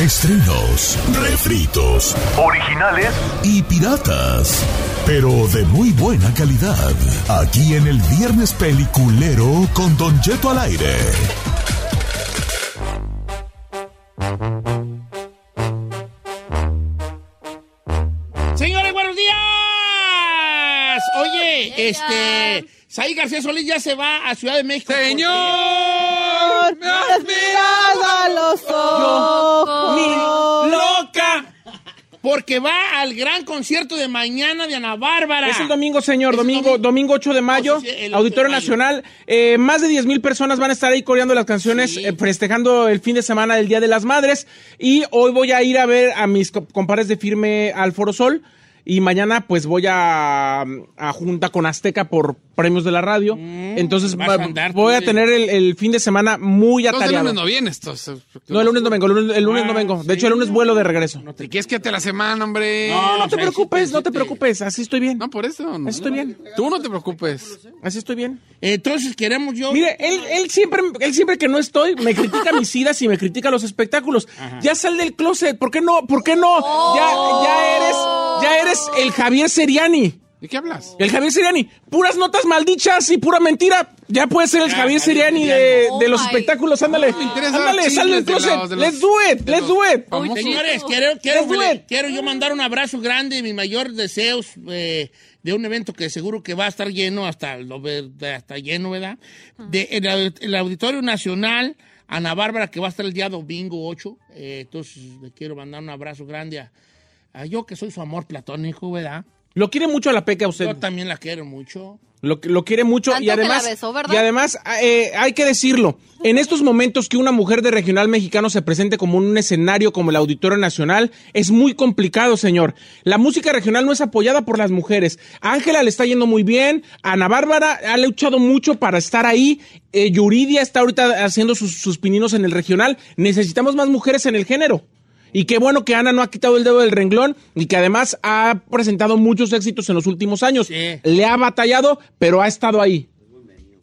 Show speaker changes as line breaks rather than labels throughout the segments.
Estrenos, refritos
originales
y piratas, pero de muy buena calidad. Aquí en el Viernes Peliculero con Don Jeto al aire.
Señores, buenos días. Oye, este. Saí García Solís ya se va a Ciudad de México.
Señor, me has mirado a los
porque-
ojos.
¡Loca! Porque va al gran concierto de mañana de Ana Bárbara.
Es el domingo, señor,
Es
domingo,
domingo.
domingo 8 de mayo,
sí, el 8
Auditorio
de mayo.
Nacional. Eh, más de 10 mil personas van a estar ahí coreando las canciones,
Sí.
eh, festejando el fin de semana del Día de las Madres. Y hoy voy a ir a ver a mis co- compadres de firme al Foro Sol. Y mañana, pues voy a, a junta con Azteca por premios de la radio. Entonces,
Mm, vas a
va-
andar tú eh.
voy a
de-
tener el, el fin de semana muy
Entonces el
atareado.
lunes no vienes. entonces.
No, el lunes no vengo, el lunes, el lunes no
Ah,
vengo.
sí.
De hecho, el lunes vuelo de regreso. No
¿Y qué es que te la semana, hombre?
No,
te
o sea,
preocupes,
sí,
no te
sí.
preocupes, así estoy bien.
No, por eso.
pues,
No.
Estoy bien.
Tú no te preocupes.
Así estoy bien.
Entonces queremos yo.
Mire, él, él siempre, él siempre que no estoy, me critica mis idas y me critica los espectáculos. Ya sal del closet, ¿por qué no? ¿Por qué no? Ya, ya eres, ya eres el Javier Seriani.
¿De qué hablas?
El Javier Seriani, puras notas maldichas y pura mentira. Ya puede ser
Ah,
el
Ya,
Javier
Javier
Seriani
Seriani.
de,
Oh
de los
my-
espectáculos, ándale.
Me interesa
ándale, sal del
chismes de
closet.
los- de los-
let's do it,
de
let's
los
do it.
famosos.
Señores, quiero, quiero,
Let's do it.
quiero yo mandar un abrazo grande, mis mayores deseos eh, de un evento que seguro que va a estar lleno, hasta, lo ver- hasta lleno, ¿verdad? De, el, au- el Auditorio Nacional, Ana Bárbara, que va a estar el día domingo 8. eh, entonces, le quiero mandar un abrazo grande a, a yo, que soy su amor platónico, ¿verdad?
Lo quiere mucho a la peca usted.
Yo también la quiero mucho.
Lo, lo quiere mucho
Tanto
y
que la
además,
besó, ¿verdad?
y además eh, hay que decirlo, en estos momentos que una mujer de regional mexicano se presente como en un escenario como el Auditorio Nacional es muy complicado, señor. La música regional no es apoyada por las mujeres. A Ángela le está yendo muy bien, a Ana Bárbara ha luchado mucho para estar ahí, eh, Yuridia está ahorita haciendo sus, sus pininos en el regional. Necesitamos más mujeres en el género. Y qué bueno que Ana no ha quitado el dedo del renglón y que además ha presentado muchos éxitos en los últimos años.
Sí.
Le ha batallado, pero ha estado ahí.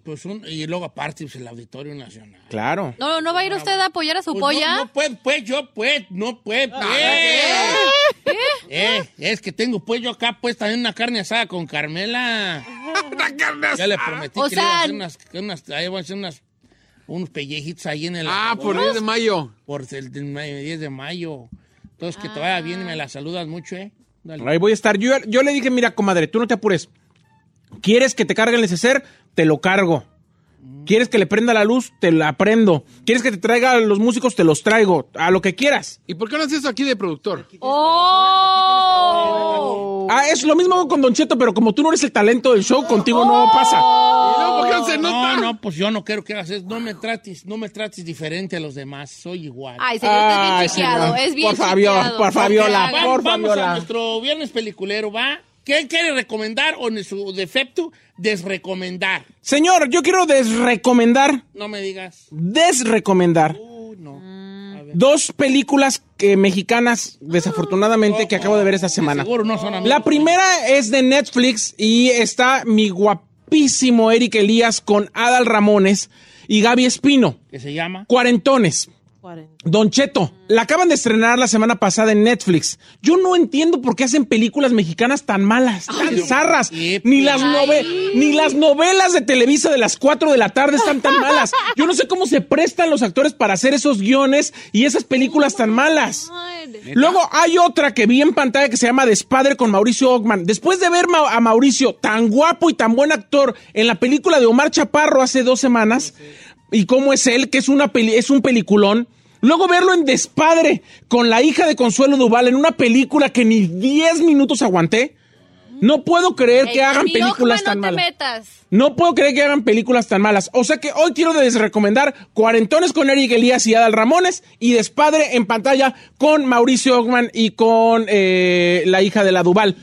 Pues un- y luego aparte, pues, el Auditorio Nacional.
Claro.
No, no va a ir usted a apoyar a su
Pues,
polla. Ah,
No, no puede, pues, yo, pues, no puede, pues. Eh, es que tengo, pues, yo acá, pues, también una carne asada con Carmela.
La carne
Ya le prometí
O
que le iba a
sea-
hacer unas, que unas- ahí voy a hacer unas, unos pellejitos ahí en el...
Ah, por el 10 de mayo.
por el del mayo- 10 de mayo. Entonces, que te vaya bien y
Ah.
me la saludas mucho, ¿eh? Dale.
Ahí voy a estar. Yo, yo le dije, mira, comadre, tú no te apures. ¿Quieres que te carguen el neceser? Te lo cargo. ¿Quieres que le prenda la luz? Te la prendo. ¿Quieres que te traiga a los músicos? Te los traigo. A lo que quieras.
¿Y por qué no haces eso aquí de productor?
¡Oh!
Ah, es lo mismo hago con Don Cheto, pero como tú no eres el talento del show, contigo no pasa.
No, ¿por qué no se nota?
No, no, pues yo no quiero que hagas eso. No me trates, no me trates diferente a los demás. Soy igual.
Ay, señor, está
Ay,
bien chiqueado.
señor.
Es bien
Por Fabiola,
chiqueado.
por Fabiola,
Porque-
Va-
por
vamos
Fabiola.
a nuestro viernes peliculero, ¿va? ¿Qué quiere recomendar o en su defecto desrecomendar?
Señor, yo quiero desrecomendar,
No me digas.
desrecomendar
Uy, no.
dos películas que- mexicanas, desafortunadamente, que acabo de ver esta semana.
Seguro no son amigos.
La primera es de Netflix y está mi guapísimo Eric Elías con Adal Ramones y Gaby Espino.
Que se llama.
Cuarentones. Don Cheto, la acaban de estrenar la semana pasada en Netflix. Yo no entiendo por qué hacen películas mexicanas tan malas, tan zarras.
qué
Ni las, nove- ni las novelas de Televisa de las 4 de la tarde están tan malas. Yo no sé cómo se prestan los actores para hacer esos guiones y esas películas tan malas. Luego hay otra que vi en pantalla que se llama Despadre con Mauricio Ogman. Después de ver ma- a Mauricio tan guapo y tan buen actor en la película de Omar Chaparro hace dos semanas, y cómo es él, que es, una peli- es un peliculón. Luego verlo en Despadre con la hija de Consuelo Duval en una película que ni 10 minutos aguanté. No puedo creer
Eh,
que hagan películas tan
no te
malas.
metas.
No puedo creer que hagan películas tan malas. O sea que hoy quiero desrecomendar Cuarentones con Eric Elías y Adal Ramones y Despadre en pantalla con Mauricio Ogman y con eh, la hija de la Duval.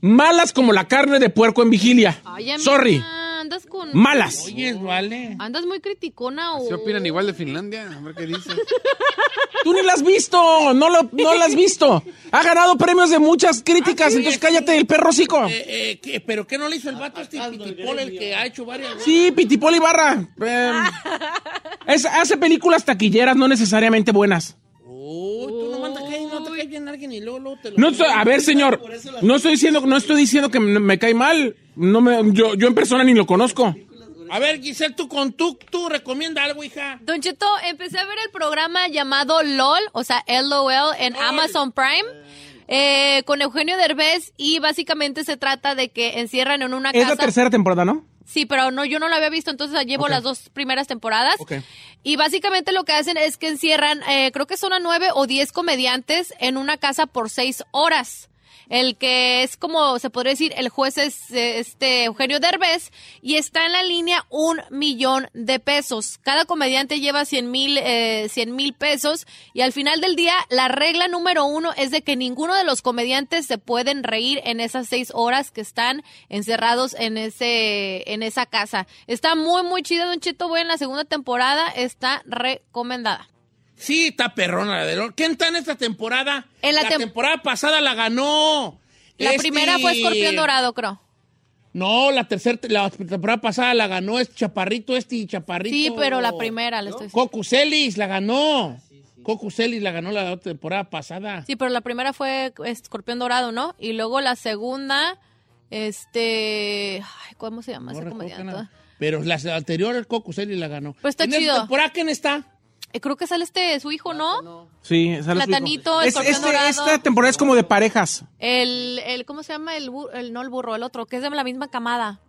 Malas como la carne de puerco en vigilia.
Ay, amiga,
Sorry,
Andas con...
malas.
Oye, vale.
Andas muy criticona o...
¿Se opinan igual de Finlandia? A ver qué dice.
Tú ni la has visto, no, lo, no la has visto. Ha ganado premios de muchas críticas,
Ah, sí,
entonces
sí.
cállate el perro hocico.
Eh, eh, ¿qué? ¿Pero qué no le hizo el vato a este pitipol, el que ha hecho varias
Sí, Pitipoli Barra. hace películas taquilleras, no necesariamente buenas.
Uy, tú no mandas que no te cae bien alguien y luego, luego te lo...
No estoy- a ver, señor, no estoy diciendo, no estoy diciendo que me, me cae mal. No me, yo, yo en persona ni lo conozco.
A ver, Giselle, tú con tú, tú recomienda algo, hija.
Don Cheto, empecé a ver el programa llamado LOL, o sea, LOL en Amazon Prime, eh, con Eugenio Derbez y básicamente se trata de que encierran en una
Es
casa.
la tercera temporada, ¿no?
Sí, pero no, yo no lo había visto, entonces llevo las dos primeras temporadas.
Ok.
Y básicamente lo que hacen es que encierran, eh, creo que son a nueve o diez comediantes en una casa por seis horas. El que es como se podría decir, el juez es eh, este Eugenio Derbez y está en la línea un millón de pesos. Cada comediante lleva cien mil, eh, cien mil pesos y al final del día la regla número uno es de que ninguno de los comediantes se pueden reír en esas seis horas que están encerrados en ese, en esa casa. Está muy, muy chida, Don Cheto. Voy en la segunda temporada. Está recomendada.
Sí, está perrona la de LOL. ¿Quién está en esta temporada?
En la
la
tem-
temporada pasada la ganó.
La
este-
primera fue Escorpión Dorado, creo.
No, la tercera, la temporada pasada la ganó este chaparrito, este chaparrito.
Sí, pero la primera, este, la estoy diciendo.
Cocuselis la ganó. Cocuselis la ganó la temporada pasada.
Sí, pero la primera fue Escorpión Dorado, ¿no? Y luego la segunda, este. ay, ¿Cómo se llama
No
ese
recuerdo
comediante?
nada. Pero la anterior, Cocuselis la ganó.
Pues está
¿En esta
chido.
temporada quién está?
Eh, creo que sale este su hijo, ¿no?
Sí, esa la
Platanito,
explico.
Escorpión Dorado.
Esta temporada es como de parejas.
El, el, ¿cómo se llama? El, bu- el, no el burro, el otro, que es de la misma camada.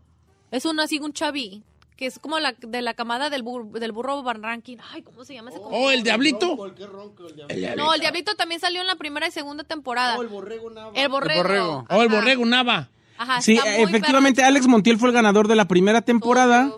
Es uno así, un chavi, que es como la, de la camada del, bur- del burro Van Rankin. Ay, ¿cómo se llama ese comediante?
¿O Oh, el diablito? el diablito.
No, el Diablito también salió en la primera y segunda temporada. Oh, el Borrego El Borrego.
Borrego.
O Oh, el borrego Nava.
Ajá,
Sí,
Ah, está muy
efectivamente,
perro.
Alex Montiel fue el ganador de la primera temporada.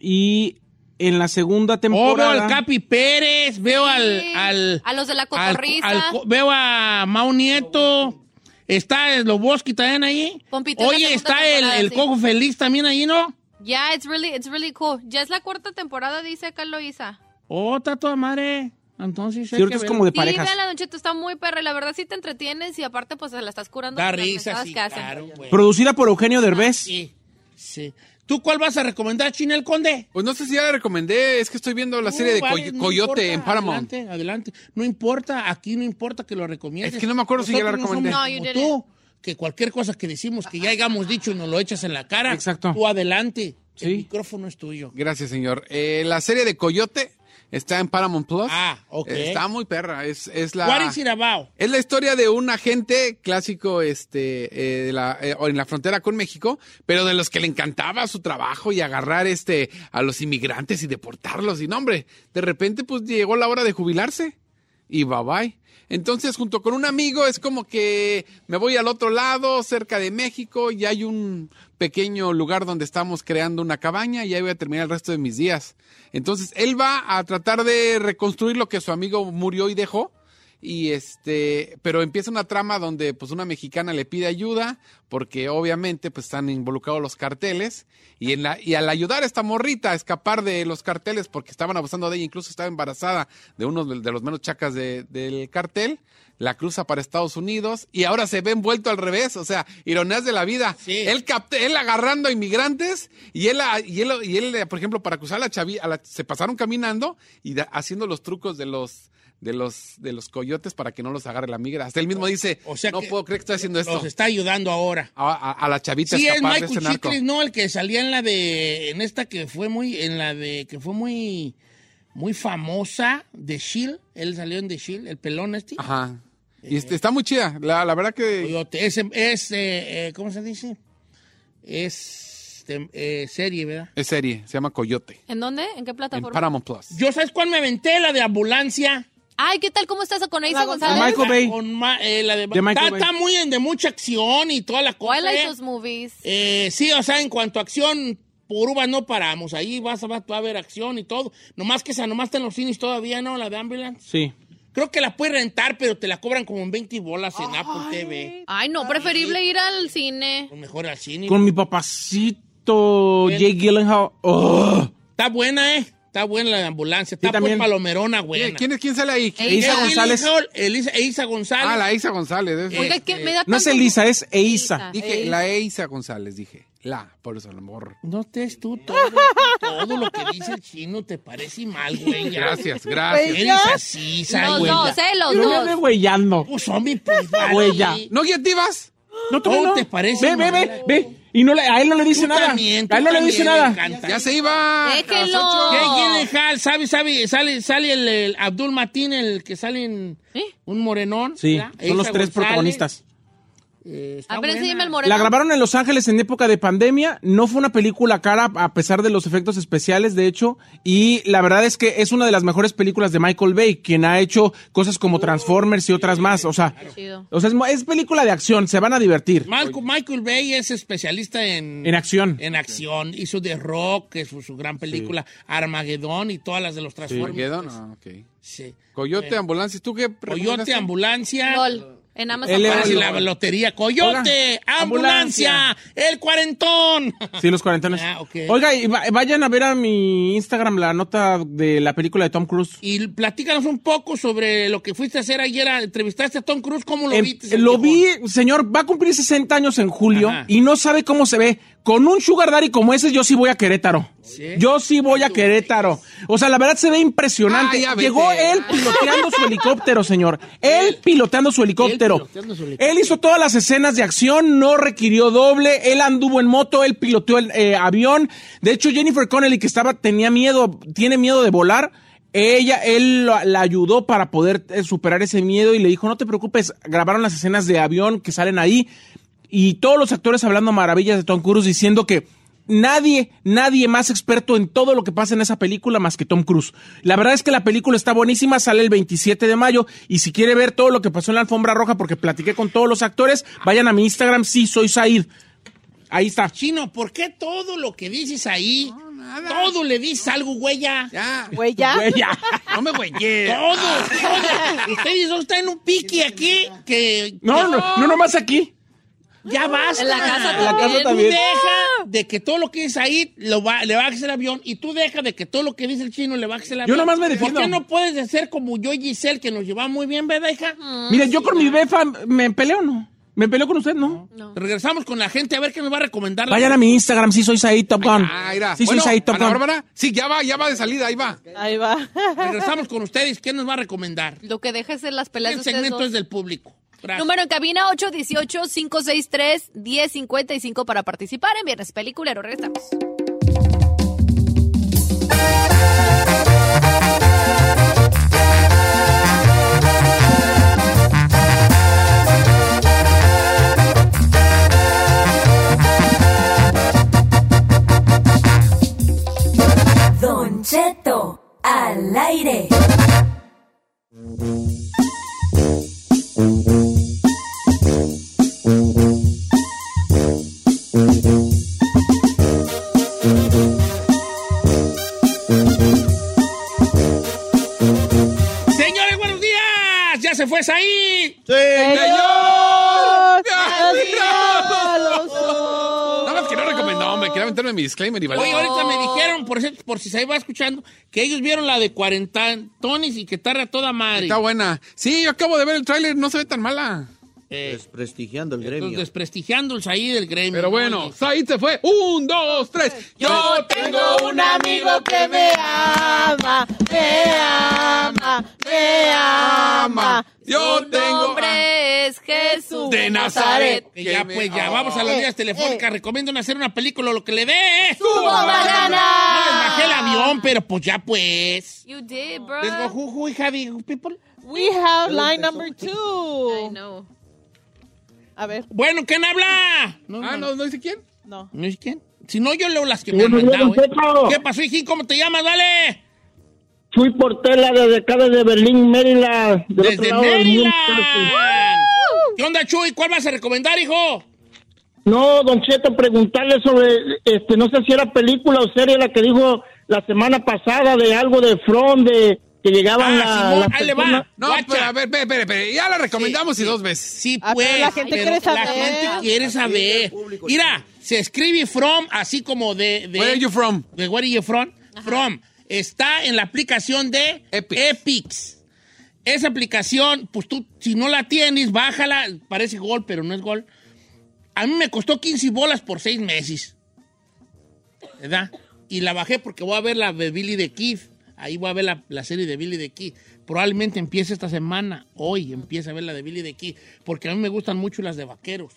Y en la segunda
Oh, veo al
temporada.
Capi Pérez, veo al,
Sí,
al-
a los de la
al-
cotorriza.
al co- veo a Mau Nieto. Está Sloboski también ahí.
Compitió en la
Oye,
segunda
está el,
temporada,
el
sí.
Cojo Feliz también ahí, ¿no?
Ya, it's really, it's really cool. Ya es la cuarta temporada, dice acá Loisa.
Oh, está toda madre. Entonces, hay
Cierto,
que
es
ver.
como de
Sí,
parejas.
véala, Don Cheto, está muy perra. y La verdad sí te entretienes y aparte pues se la estás curando.
Da
con las
risa,
mensadas
sí,
que hacen.
claro, güey.
Producida por
Ah,
Eugenio Derbez.
Sí, sí. ¿Tú cuál vas a recomendar, Chinel Conde?
Pues no sé si ya la recomendé, es que estoy viendo la
Tú,
serie de
vale,
Coy-
no
Coyote
importa,
en Paramount.
Adelante, adelante. No importa, aquí no importa que lo recomiendes.
Es que no me acuerdo si ya la
Nosotros
recomendé.
somos
No, you
como
didn't.
tú, que cualquier cosa que decimos que ya hayamos dicho nos lo echas en la cara.
Exacto.
Tú adelante. El
Sí.
micrófono es tuyo.
Gracias, señor. Eh, la serie de Coyote está en Paramount Plus.
Ah, ok.
Eh, Está muy perra, es, es la...
What is it about?
Es la historia de un agente clásico este, eh, de la- eh, en la frontera con México, pero de los que le encantaba su trabajo y agarrar este, a los inmigrantes y deportarlos. Y no, hombre, de repente pues llegó la hora de jubilarse y bye bye. Entonces, junto con un amigo, es como que me voy al otro lado, cerca de México, y hay un pequeño lugar donde estamos creando una cabaña y ahí voy a terminar el resto de mis días. Entonces, él va a tratar de reconstruir lo que su amigo murió y dejó Y este, pero empieza una trama donde pues una mexicana le pide ayuda porque obviamente pues están involucrados los carteles y en la y al ayudar a esta morrita a escapar de los carteles porque estaban abusando de ella, incluso estaba embarazada de uno de de los menos chacas de- del cartel, la cruza para Estados Unidos y ahora se ve envuelto al revés, o sea, ironías de la vida.
Sí.
Él capte- él agarrando a inmigrantes y él, a- y él, y él, eh, por ejemplo, para cruzar a la chavi, a la- se pasaron caminando y da- haciendo los trucos de los de los de los coyotes para que no los agarre la migra. Hasta él mismo dice,
O sea
no
que
puedo creer que estoy haciendo esto.
Nos está ayudando ahora.
A, a- a la chavita
Sí, es
escapar de
Michael
este narco.
Chicles, ¿no? El que salía en la de. En esta que fue muy. En la de. Que fue muy. Muy famosa. De Shield. Él salió en The Shield. El pelón este.
Ajá. Y este, está muy chida. La, la verdad que
Coyote. Es. es, eh, eh, ¿Cómo se dice? Es. tem- eh, serie, ¿verdad?
es serie, se llama Coyote.
¿En dónde? ¿En qué
En
plataforma?
Paramount Plus.
Yo, ¿sabes cuál me aventé? La de ambulancia.
Ay, ¿qué tal? ¿Cómo estás con Aiza
La
González?
Michael Bay.
Con ma- eh, la de,
De Michael
está,
Bay.
está muy en- de mucha acción y toda la cosa.
Twilight
¿eh?
sus movies.
Eh, sí, o sea, en cuanto a acción, por uva no paramos. Ahí vas a, vas a ver acción y todo. Nomás que esa nomás está en los cines todavía, ¿no? La de Ambulance.
Sí.
Creo que la puedes rentar, pero te la cobran como en 20 bolas en Apple TV.
Ay, no, preferible ir al cine.
Pues mejor al cine.
Con mi papacito Jake Gyllenhaal. ¡Oh!
Está buena, ¿eh? Está buena la de ambulancia. Está
también.
pues palomerona, buena.
¿Quién, quién es- quién sale ahí?
Ey.
Eiza
Kelly
González.
Hall, Elisa, Eiza González.
Ah, la Isa González. es-
Oiga, ¿qué me da
este, No es
tanto-
Elisa, es Eiza.
Dije, la Isa González, dije. La, por eso, amor.
No te es tú todo, todo lo que dice el chino te parece mal, güey. ya.
Gracias, gracias.
Eres así,
Los
güey,
dos,
ya.
eh, los
Yo me ando
dos.
huellando.
Pues, hombre, pues, vale.
Güey, ya.
¿No guía te ibas?
No, todavía
¿Cómo
no.
te parece,
Ve, ve,
Manuela?
ve, ve. Y no le- a él no le dice
Tú
nada.
también, tú
a él no le
también,
dice
me
nada.
encanta.
Ya se iba.
Déjenlo.
Jake Gyllenhaal, sabe, sabe, sale, sale el, el Abdul Matin, el que sale en
¿Eh?
un morenón.
Sí,
¿verdad? Eiza
son los tres
González.
protagonistas.
Eh, está
A ver,
buena.
enséñame el moreno.
La grabaron en Los Ángeles en época de pandemia. No fue una película cara a pesar de los efectos especiales, de hecho. Y la verdad es que es una de las mejores películas de Michael Bay, quien ha hecho cosas como Transformers y otras más. O sea,
Chido.
o sea es, mo- es película de acción. Se van a divertir.
Malco- Michael Bay es especialista en,
En acción.
en acción. Hizo The Rock, que es su, su gran película, Armageddon y todas las de los Transformers.
Armageddon, ah, ok.
Sí.
Coyote, ambulancia. ¿Tú qué?
Pues. Eh. Coyote, ambulancia.
LOL. En Amazon.
Él
Ahora sí,
Prime.
la lotería. Coyote,
Hola.
ambulancia, el cuarentón.
Sí, los cuarentones.
Ah, ok.
Oiga, y va- vayan a ver a mi Instagram la nota de la película de Tom Cruise.
Y platícanos un poco sobre lo que fuiste a hacer ayer. a- Entrevistaste a Tom Cruise, ¿cómo lo
Em,
viste?
lo vi,
señor?
señor, va a cumplir 60 años en julio
Ajá.
y no sabe cómo se ve. Con un sugar daddy como ese, yo sí voy a Querétaro.
Sí.
Yo sí voy a Querétaro. O sea, la verdad se ve
Ah,
impresionante.
ya vete.
Llegó él piloteando su helicóptero, señor. Él piloteando su
Él
helicóptero.
piloteando su helicóptero.
Él hizo todas las escenas de acción, no requirió doble. Él anduvo en moto, él piloteó el eh, avión. De hecho, Jennifer Connelly, que estaba, tenía miedo, tiene miedo de volar. Ella, él lo- la ayudó para poder eh, superar ese miedo y le dijo, no te preocupes, grabaron las escenas de avión que salen ahí y todos los actores hablando maravillas de Tom Cruise diciendo que nadie, nadie más experto en todo lo que pasa en esa película más que Tom Cruise. La verdad es que la película está buenísima, sale el 27 de mayo y si quiere ver todo lo que pasó en la alfombra roja porque platiqué con todos los actores, vayan a mi Instagram, sí, soy Said. Ahí está.
Chino, ¿por qué todo lo que dices ahí? Todo le dices algo, güey, ya.
Ya.
Güey, ya.
Güey, ya.
No me güeyes.
Todo, todo. Ustedes dos están en un pique aquí que
No, no, no nomás aquí.
ya basta.
En la casa
En la casa
también.
Tú
también.
deja de que todo lo que dices ahí lo va, le bajes el avión y tú deja de que todo lo que dice el chino le bajes el avión.
nomás me defiendo.
¿Por qué no puedes ser como yo y Giselle que nos llevamos muy bien, verdad, hija?
Mire, yo con mi befa me peleo, ¿no? Me peleo con usted, ¿no?
Regresamos con la gente a ver qué nos va a recomendar. la
Vayan a mi Instagram, sí, soy Said Top Gun.
Ah, mira.
Sí, soy
bueno,
Said Top
Ana
Gun.
Bárbara, sí, ya va, ya va de salida, ahí va.
Ahí va.
Regresamos con ustedes. ¿Qué nos va a recomendar?
Lo que dejes en las peleas Este de
El
ustedes
segmento
dos.
es del público. Gracias.
Número en cabina 818-563-1055 para participar en Viernes Peliculero. Regresamos.
Don Cheto, al aire.
¡Paz! ¡Ya se fue ahí!
¡Señor!
¡Ya,
¡Mira
mira!
los ojos!
Nada más que no recomendó, me quería meterme mi disclaimer y vale.
Oye, ahorita me dijeron, por, cierto, por si se va escuchando, que ellos vieron la de cuarentones y que tarde a toda madre.
Está buena. Sí, yo acabo de ver el tráiler, no se ve tan mala.
Eh,
Desprestigiando el
los
gremio.
desprestigiándolos ahí del gremio.
Pero bueno, ahí se fue. Un, dos, tres. Yo
Tengo un amigo que me ama, me ama, me ama.
Yo
Tu
tengo. Ah,
nombre es Jesús.
De Nazaret.
Que ya,
Que
pues,
me-
ya, vamos a
eh,
las vías telefónicas. Recomiendan hacer una película o lo que le dé. ¿eh?
¡Subo
No les
banana!
bajé el avión, pero pues ya, pues.
You did, bro.
Les go, who, who have you people?
We have line number
I
two.
know.
A ver,
Bueno, ¿quién habla? No,
Ah, no, no dice quién.
no.
¿No es quién? Si no, yo leo las que me han mandado. ¿eh? ¿Qué pasó, hijín? ¿Cómo te llamas? Dale.
Fui portela desde acá, desde Berlín, Maryland. del otro
Desde
lado del
Maryland.
mundo.
¿Qué onda, Chuy? ¿Cuál vas a recomendar, hijo?
No, Don Cheto, preguntarle sobre, este, no sé si era película o serie la que dijo la semana pasada de algo de front, de que llegaban la-
Ah, Simón,
las
ahí le va.
personas.
No,
Guacha.
pero a ver, espere, espere, espere. Ya la recomendamos
Sí,
y
sí.
dos veces.
Sí,
Ah,
pues.
pero la gente quiere
La
saber.
gente quiere saber.
público.
Mira, se escribe from, así como de. de
Where are you from?
De Where are you from? From. Está en la aplicación de
Epic.
Epix. Esa aplicación, pues tú, si no la tienes, bájala. Parece gol, pero no es gol. A mí me costó 15 bolas por 6 meses. ¿Verdad? Y la bajé porque voy a ver la de Billy de Keith. Ahí voy a ver la, la serie de Billy de Keith. Probablemente empiece esta semana. Hoy empieza a ver la de Billy de Keith. Porque a mí me gustan mucho las de vaqueros.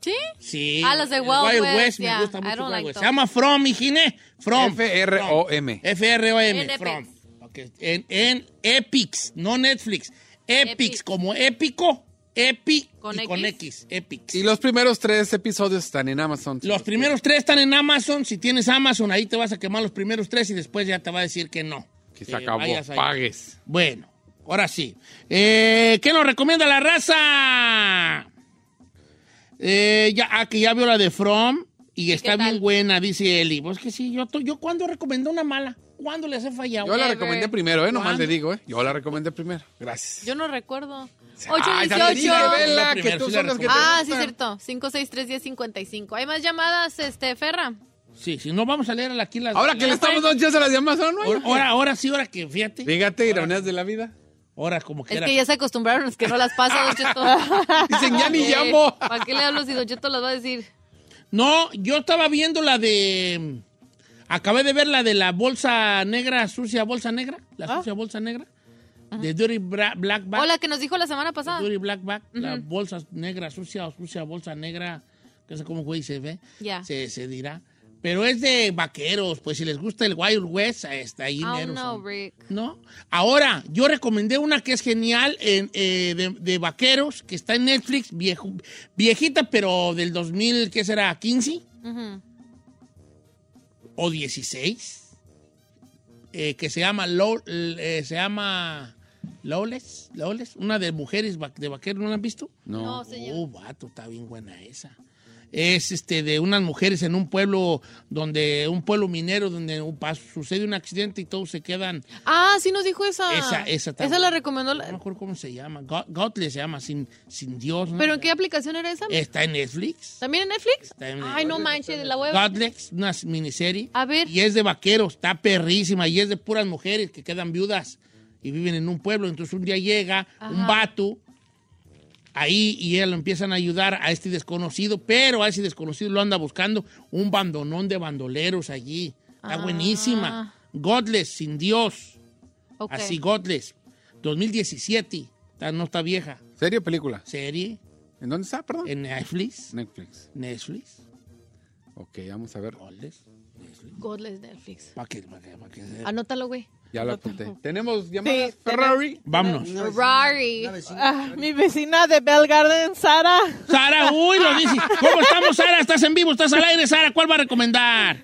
¿Sí?
Sí.
Ah, las de
El
Wild West,
me
yeah.
gusta
I
mucho
don't
Wild
like
West. Se
those.
llama From, Higine. From.
F-R-O-M.
From. F-R-O-M.
En
From. Ok, En, en Epix, no Netflix. Epix,
Epix.
como épico, epi
Con
y
X.
con X. Epix.
Y los primeros tres episodios están en Amazon.
Los primeros tres están en Amazon. Si tienes Amazon, ahí te vas a quemar los primeros tres y después ya te va a decir que no.
Que se
Que
acabó.
vayas ahí.
Pagues.
Bueno, ahora sí. Eh, ¿Qué nos recomienda la raza? Eh, ya, ah, que ya vio la de From y está
tal?
bien buena, dice Eli. Pues que sí, yo, to- yo cuando recomendé una mala, ¿cuándo les he fallado?
Yo la
Never.
recomendé primero, ¿eh? Nomás
¿Cuándo?
le digo, ¿eh? Yo la recomendé primero. Gracias.
Yo no
Ah,
recuerdo.
Ay, también dije,
818.
Vela,
Yo
que tú
primero, sí la
son las que te
Ah, sí,
gustan.
cierto. 5631055. ¿Hay más llamadas, este, Ferra?
Sí, si no vamos a leer aquí
Pues
las.
Ahora que le estamos dando chance a las llamadas, ¿no?
ahora,
no
ahora, ahora sí, ahora que fíjate.
Fíjate, ironías de la vida.
Ahora como que
Es
era.
que ya se acostumbraron, es que no las pasa, Don Cheto.
Dicen, ya ni llamo.
¿Para qué le hablo si Don Cheto las va a decir?
No, yo estaba viendo la de. Acabé de ver la de la bolsa negra, sucia bolsa negra. La
Ah.
sucia bolsa negra. De Dirty Bra- Black Bag.
O la que nos dijo la semana pasada.
Duty Black Bag, la bolsa negra sucia o sucia bolsa negra, que sé cómo güey se ve,
Ya.
se, se dirá. Pero es de vaqueros, pues si les gusta el Wild West, ahí está ahí
Oh,
mero
no,
son.
Rick.
¿No? Ahora, yo recomendé una que es genial en, eh, de, de vaqueros, que está en Netflix, viejo, viejita, pero del 2000, ¿qué será? ¿15?
Ujú.
o 16 eh, que se llama Low- eh, se llama Lawless, Lawless, una de mujeres va- de vaquero, ¿no la han visto?
No, señor.
Oh, vato, está bien buena esa. Es este de unas mujeres en un pueblo donde un pueblo minero donde un pas- sucede un accidente y todos se quedan.
Ah, sí nos dijo esa.
Esa- esa está
Esa
buena.
la recomendó.
No me
la-
acuerdo cómo se llama. God- Godless se llama sin sin Dios. ¿no?
¿Pero en qué aplicación era esa?
Está en Netflix.
¿También en Netflix?
Está en
Ay, no manches, la web.
Godless, una miniserie.
A ver.
Y es de vaqueros, está perrísima. Y es de puras mujeres que quedan viudas y viven en un pueblo. Entonces un día llega un
Ajá.
vato ahí y él lo empiezan a ayudar a este desconocido, pero a ese desconocido lo anda buscando un bandonón de bandoleros allí. Está
Ah.
buenísima. Godless, sin Dios.
Ok.
Así, Godless. 2017. Está- no está vieja.
¿Serie o película?
Serie
¿En dónde está? Perdón.
en Netflix.
Netflix.
Netflix.
Ok, vamos a ver.
Godless. Netflix.
Godless Netflix.
Pa' que- pa' que- pa' que-
Eh, Anótalo, güey.
Ya lo apunté. ¿Tenemos llamadas? Ferrari.
Vámonos.
Ferrari.
Ah, mi vecina de Bell Garden, Sara.
Sara, uy, lo dice. ¿Cómo estamos, Sara? ¿Estás en vivo? ¿Estás al aire, Sara? ¿Cuál va a recomendar?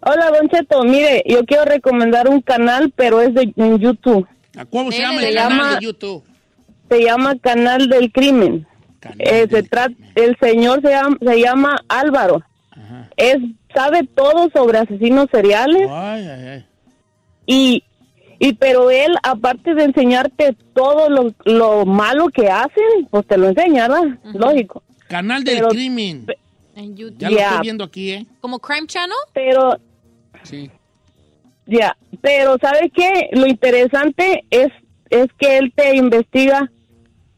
Hola, Don Cheto, mire, yo quiero recomendar un canal, pero es de en YouTube.
¿A ¿Cómo se
Dele,
llama el
se
canal
llama-
de YouTube?
Se llama Canal del Crimen.
Canal
Eh, se
del
trata,
Crimen.
el señor se llama, se llama Álvaro.
Ajá.
Es sabe todo sobre asesinos seriales
Ay, ay, ay.
y
Y pero él, aparte de enseñarte todo lo, lo malo que hacen, pues te lo enseña, ¿verdad? Lógico.
Canal del
Pero-
crimen.
En YouTube.
Ya lo estoy viendo aquí, ¿eh?
¿Como Crime Channel?
Pero
Sí.
Ya, pero ¿sabes qué? Lo interesante es, es que él te investiga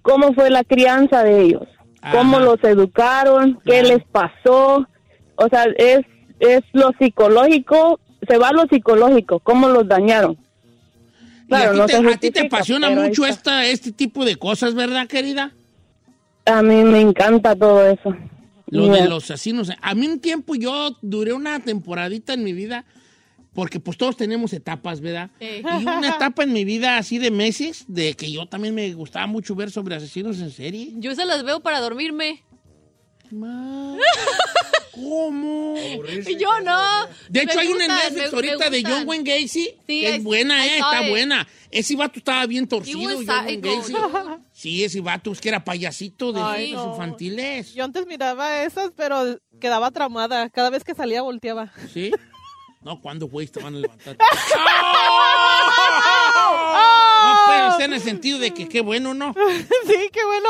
cómo fue la crianza de ellos, cómo los educaron, qué les pasó. O sea, es, es lo psicológico, se va a lo psicológico, cómo los dañaron. Claro,
y a ti te,
no se
a ti te
justifica,
apasiona
pero ahí
mucho esta,
está.
este tipo de cosas, ¿verdad, querida?
A mí me encanta todo eso.
Lo
Ya.
de los asesinos. A mí un tiempo yo duré una temporadita en mi vida, porque pues todos tenemos etapas, ¿verdad?
Sí.
Y una etapa en mi vida así de meses, de que yo también me gustaba mucho ver sobre asesinos en serie.
Yo se las veo para dormirme.
¿Cómo?
Yo no.
De hecho,
Me
hay una en
gustan,
Netflix
me-
ahorita
me
de John
gustan.
Wayne Gacy.
Sí,
que
I-
es buena,
I
eh,
saw
está
it.
buena. Ese vato estaba bien
He
torcido,
was
John Wayne
psycho,
Gacy.
dude.
Sí, ese vato es que era payasito de
Ay,
los
no.
infantiles.
Yo antes miraba esas, pero quedaba tramada. Cada vez que salía volteaba.
¿Sí? No, ¿cuándo, güey, te van a levantar?
¡Oh!
No, pero está en el sentido de que qué bueno, ¿no?
sí, qué bueno.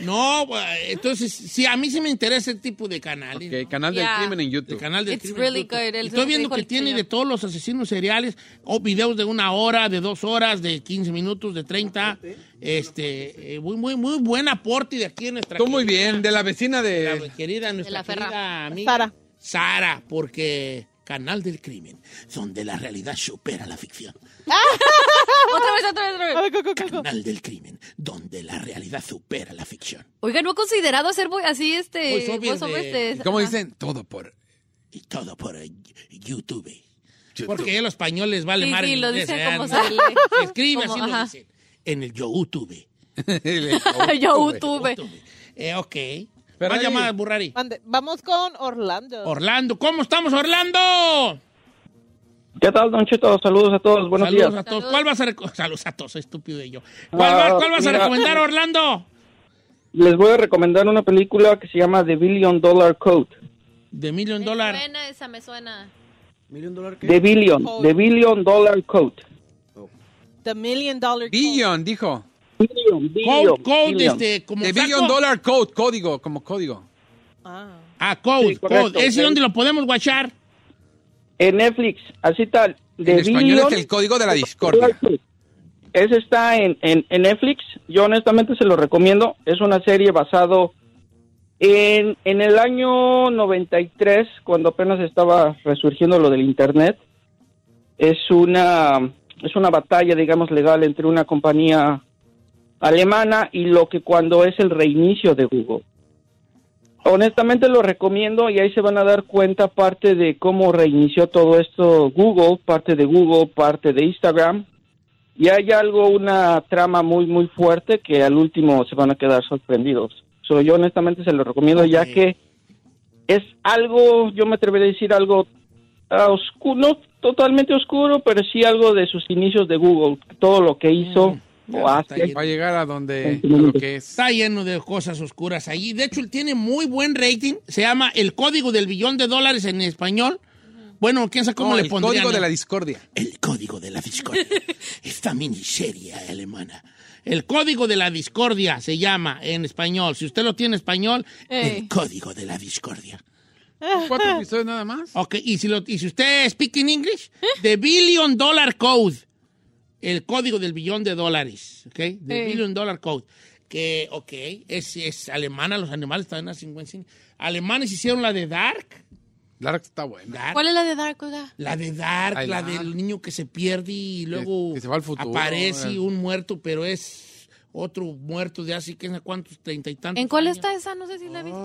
No, güey, entonces, sí, a mí sí me interesa ese tipo de canales.
Ok, canal
del
del crimen en YouTube.
canal del
It's
crimen
really
en YouTube.
good. Él
Y
se lo
Estoy viendo
dijo
que
el
tiene
señor.
de todos los asesinos seriales o videos de una hora, de dos horas, de 15 minutos, de 30. Este, eh, muy, muy, muy buen aporte de aquí en nuestra.
Tú muy bien, de la vecina de...
querida- Querida, nuestra
la Ferra.
querida amiga. Sara. Sara, porque canal del crimen, donde la realidad supera la ficción.
Otra vez, otra vez, otra vez.
Canal del crimen, donde la realidad supera la ficción.
Oiga, ¿no ha considerado hacer vo- así este...
Voiceover
voiceovers
de-
de-
¿Cómo
Ajá.
dicen?
Todo por...
Y todo por eh, YouTube. Porque ya los españoles vale
Sí,
mal
sí,
el
lo
inglés,
dicen
¿eh?
como
No,
sale.
Se escribe
Como,
así lo
ajá.
dicen. En el YouTube.
Yo YouTube.
Eh, ok.
Ferrari.
Más llamadas, Burrari.
Mande- Vamos con Orlando.
Orlando, ¿cómo estamos, Orlando?
¿Qué tal, Don Cheto? Saludos a todos, buenos
Saludos
días.
a todos. ¿Cuál vas a recomendar? Saludos a todos, estúpido y yo. ¿Cuál, va-
Ah,
cuál vas a
mira.
recomendar, Orlando?
Les voy a recomendar una película que se llama The Billion Dollar Code.
De Million Dollar.
Suena esa, me suena.
¿Million Dollar
The Billion, The Billion Dollar Code.
The Million Dollar
Billion, dijo.
Billion,
Code, code, billion. este, como
De
saco.
billion dollar code, código, como código.
Ah, Code,
correcto.
Code. ¿Ese
El-
dónde lo podemos guachar?
En Netflix, así tal. The
En español
Billion
es el código de la discordia.
Ese está en, en, en Netflix. Yo honestamente se lo recomiendo. Es una serie basado en, en el año 93, cuando apenas estaba resurgiendo lo del Internet. Es una, es una batalla, digamos, legal entre una compañía alemana y lo que cuando es el reinicio de Google. Honestamente lo recomiendo y ahí se van a dar cuenta parte de cómo reinició todo esto Google, parte de Google, parte de Instagram. Y hay algo, una trama muy, muy fuerte que al último se van a quedar sorprendidos. So, yo honestamente se lo recomiendo ya que es algo, yo me atrevería a decir algo oscuro, no totalmente oscuro, pero sí algo de sus inicios de Google, todo lo que hizo o hace.
Va a llegar a donde... a lo que es.
Está lleno de cosas oscuras allí. De hecho, él tiene muy buen rating. Se llama El Código del Billón de Dólares en español. Bueno, quién sabe cómo
No,
le
el
pondrían. eh?
código de
¿no?
la discordia.
El código de la discordia. Esta miniserie alemana. El código de la discordia se llama en español. Si usted lo tiene en español,
Ey.
el código de la discordia.
Cuatro episodios nada más.
Ok, y si, lo- y si usted speak in English, The Billion Dollar Code. El código del billón de dólares. Ok, The
Ey.
Billion Dollar Code. Que, ok, es, es alemana, los animales también hacen buen cine. Alemanes hicieron la de Dark.
Dark está buena.
Dark.
¿Cuál es la de Dark, oiga?
La de Dark,
Ay,
la
Dark.
del niño que se pierde y luego
que se va al futuro.
aparece
Eh.
un muerto, pero es otro muerto de hace que cuántos, treinta y tantos.
¿En cuál
años. Oh.
está esa? No sé si la he visto.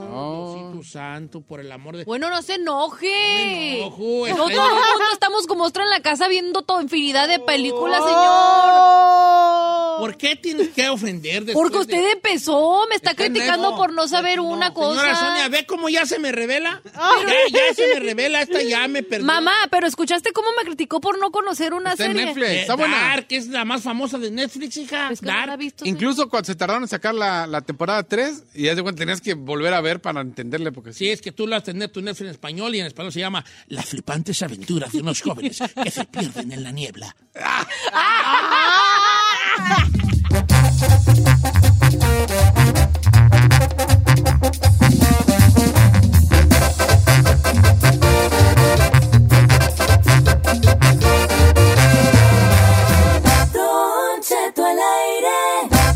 Diosito santo, por el amor de...
Bueno, no se enoje.
No me enojo,
No todo
estoy-
el mundo estamos como ostras en la casa viendo toda infinidad de películas, señor.
¿Por qué tienes que ofender después
Porque usted empezó, me está,
Está
criticando
nuevo.
por no saber una
de... Señora
cosa.
Sonia, ve cómo ya se me revela. Ya, ya se me revela, esta ya me perdió.
Mamá, pero escuchaste cómo me criticó por no conocer una
Está en
serie.
Netflix,
Eh,
está buena.
Dark es la más famosa de Netflix, hija.
Es que no
Dark.
la he visto,
Incluso cuando se tardaron en sacar la, la temporada 3, y ya de cuenta tenías que volver a ver para entenderle. porque
Sí, es que tú lo has tener tu Netflix en español y en español se llama Las flipantes aventuras de unos jóvenes que se pierden en la niebla.
Don Cheto al aire.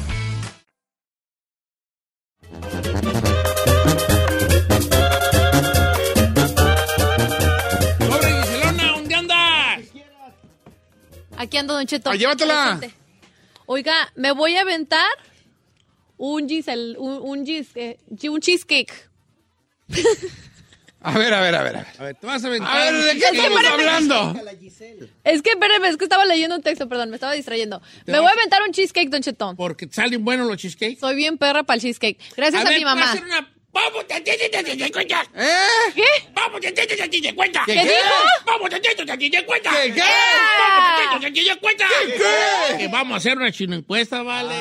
Barcelona, ¿dónde andas?
Aquí ando, Don Cheto.
Ah, llévatela.
Presente. Oiga, me voy a aventar un gisel, un, un, gis- eh, un cheesecake.
A ver, a ver, a ver. A ver,
A ver, te vas a
A ver, ¿de qué estamos hablando?
Es que, espérenme, es que estaba leyendo un texto, perdón, me estaba distrayendo.
Te
Me
vas-
voy a aventar un cheesecake, Don Chetón.
Porque salen buenos los cheesecakes.
Soy bien perra para el cheesecake. Gracias a,
ver,
mi
voy
mamá.
hacer una- ¡Vamos, tantito, tantito, de cuenta!
¿Eh?
¿Qué?
¡Vamos, tantito, tantito, de cuenta!
¿Qué ¿Qué? dijo?
¡Vamos, tantito, tantito, de cuenta!
¿Qué, qué?
¡Vamos, tantito, tantito, de cuenta!
¿Qué, qué?
Que vamos a hacer una chino encuesta, vale.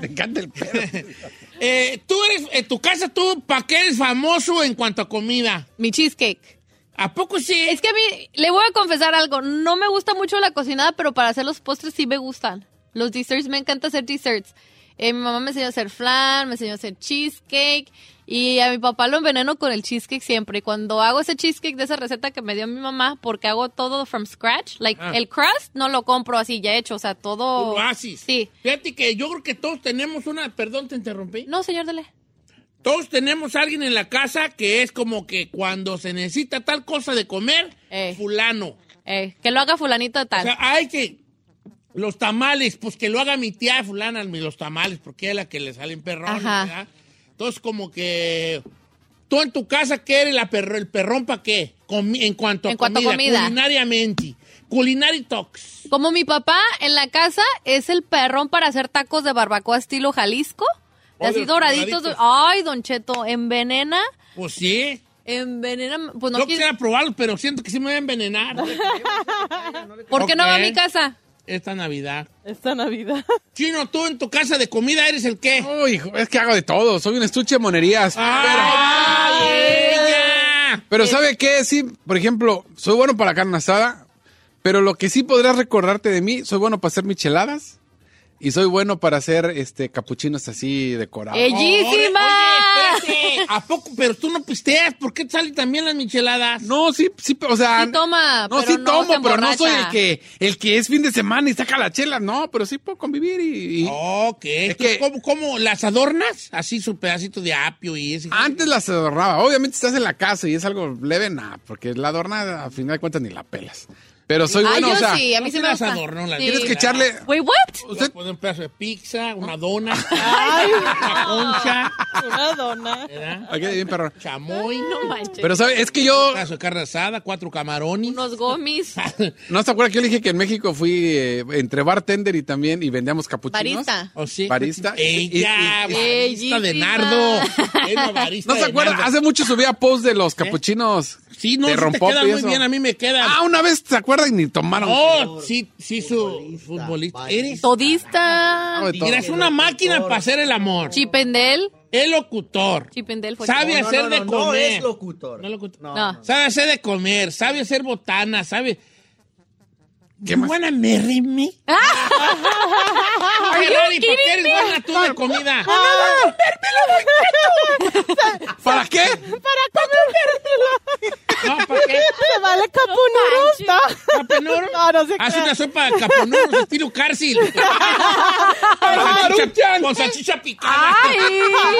Me encanta el pedo.
Eh, tú eres, en tu casa, tú, ¿para qué eres famoso en cuanto a comida?
Mi cheesecake.
¿A poco sí?
Es que a mí, le voy a confesar algo. No me gusta mucho la cocinada, pero para hacer los postres sí me gustan. Los desserts, me encanta hacer desserts. Eh, mi mamá me enseñó a hacer flan, me enseñó a hacer cheesecake. Y a mi papá lo enveneno con el cheesecake siempre. Y cuando hago ese cheesecake de esa receta que me dio mi mamá, porque hago todo from scratch, like
Ah.
el crust no lo compro así ya hecho, o sea, todo.
Tú lo haces.
Sí.
Fíjate que yo creo que todos tenemos una. Perdón, te interrumpí.
No, señor Dele.
Todos tenemos a alguien en la casa que es como que cuando se necesita tal cosa de comer, fulano.
Eh, que lo haga fulanito de
O
tal.
sea, hay que. Los tamales, pues que lo haga mi tía fulana, los tamales, porque es la que le salen perrones,
Ajá.
¿verdad? Entonces, como que. Tú en tu casa, ¿qué eres la perro, el perrón para qué? Comi- en cuanto a
En cuanto a comida.
Culinariamente. Culinary talks.
Como mi papá en la casa es el perrón para hacer tacos de barbacoa estilo Jalisco.
Oh,
así
de los
doraditos.
doraditos.
Ay, Don Cheto, envenena,
Pues sí.
envenena. Pues no
yo
quis-
quisiera probarlo, pero siento que sí me voy a envenenar.
¿Por qué no va a mi
Ok.
casa?
Esta Navidad.
Esta Navidad.
Chino, tú en tu casa de comida eres el qué?
Uy, Oh, hijo, es que hago de todo. Soy un estuche de monerías.
ella!
Pero ¿sabe qué? Sí, por ejemplo, soy bueno para carne asada, pero lo que sí podrás recordarte de mí, soy bueno para hacer micheladas y soy bueno para hacer este capuchinos así decorados.
¡Bellísima!
Oye, espérate. ¿A poco? Pero tú no pisteas. ¿Por qué te salen también las micheladas?
No, sí, sí, o sea,
Sí toma,
Ah, no,
pero
sí
no
tomo,
se
pero no soy el
emborracha.
que, el que es fin de semana y saca la chela. No, pero sí puedo convivir y. y-
Oh,
Ok. ¿Tú
que-
¿Cómo, cómo las adornas? Así su pedacito de apio y ese.
Antes las adornaba. Obviamente estás en la casa y es algo leve, nada, porque la adorna, a final de cuentas, ni la pelas. Pero soy
Ah,
bueno,
yo
o sea,
sí, a mí sí me
las
gusta.
adorno, las
Sí.
tienes que echarle.
Wait, what?
Usted pone un pedazo de pizza,
Ah.
una dona,
Ay,
una concha,
una dona.
¿verdad?
Ok, bien, perro.
chamoy,
No manches.
Pero, ¿sabe? Es que yo.
un pedazo de carne asada, cuatro camarones.
Unos gomis.
¿No se acuerda que yo le dije que en México fui eh, entre bartender y también y vendíamos capuchinos?
Barista.
¿O sí?
Barista.
Ella,
Y- y-
barista
Bellísima.
de nardo. Era
¿No
barista
se
de
acuerda?
nardo.
Hace mucho subía post de los capuchinos.
Sí, no,
Te
sí te
rompó,
queda muy
pienso.
bien, a mí me queda.
Ah, una vez se acuerdan y tomaron.
Oh, sí, sí, su futbolista. Eres
Ah,
Todista.
Eres una máquina para hacer el amor.
Chipendel.
El locutor.
Chipendel fue.
Sabe
No, no,
hacer
no,
de
no, no
comer.
es
locutor.
No. no.
Sabe hacer de comer, sabe hacer botana, sabe. ¿Qué más? Buena me?
Are
Ay, Rari,
you
¿para qué
kidding
eres
me?
buena tú de comida?
¿Para qué?
Para comértela.
No, ¿para qué?
Se vale capunuros, ¿no?
¿Capunuros?
No, no sé
Hace una sopa de caponuros estilo cárcel. con, salchicha, con salchicha picada.
Ay,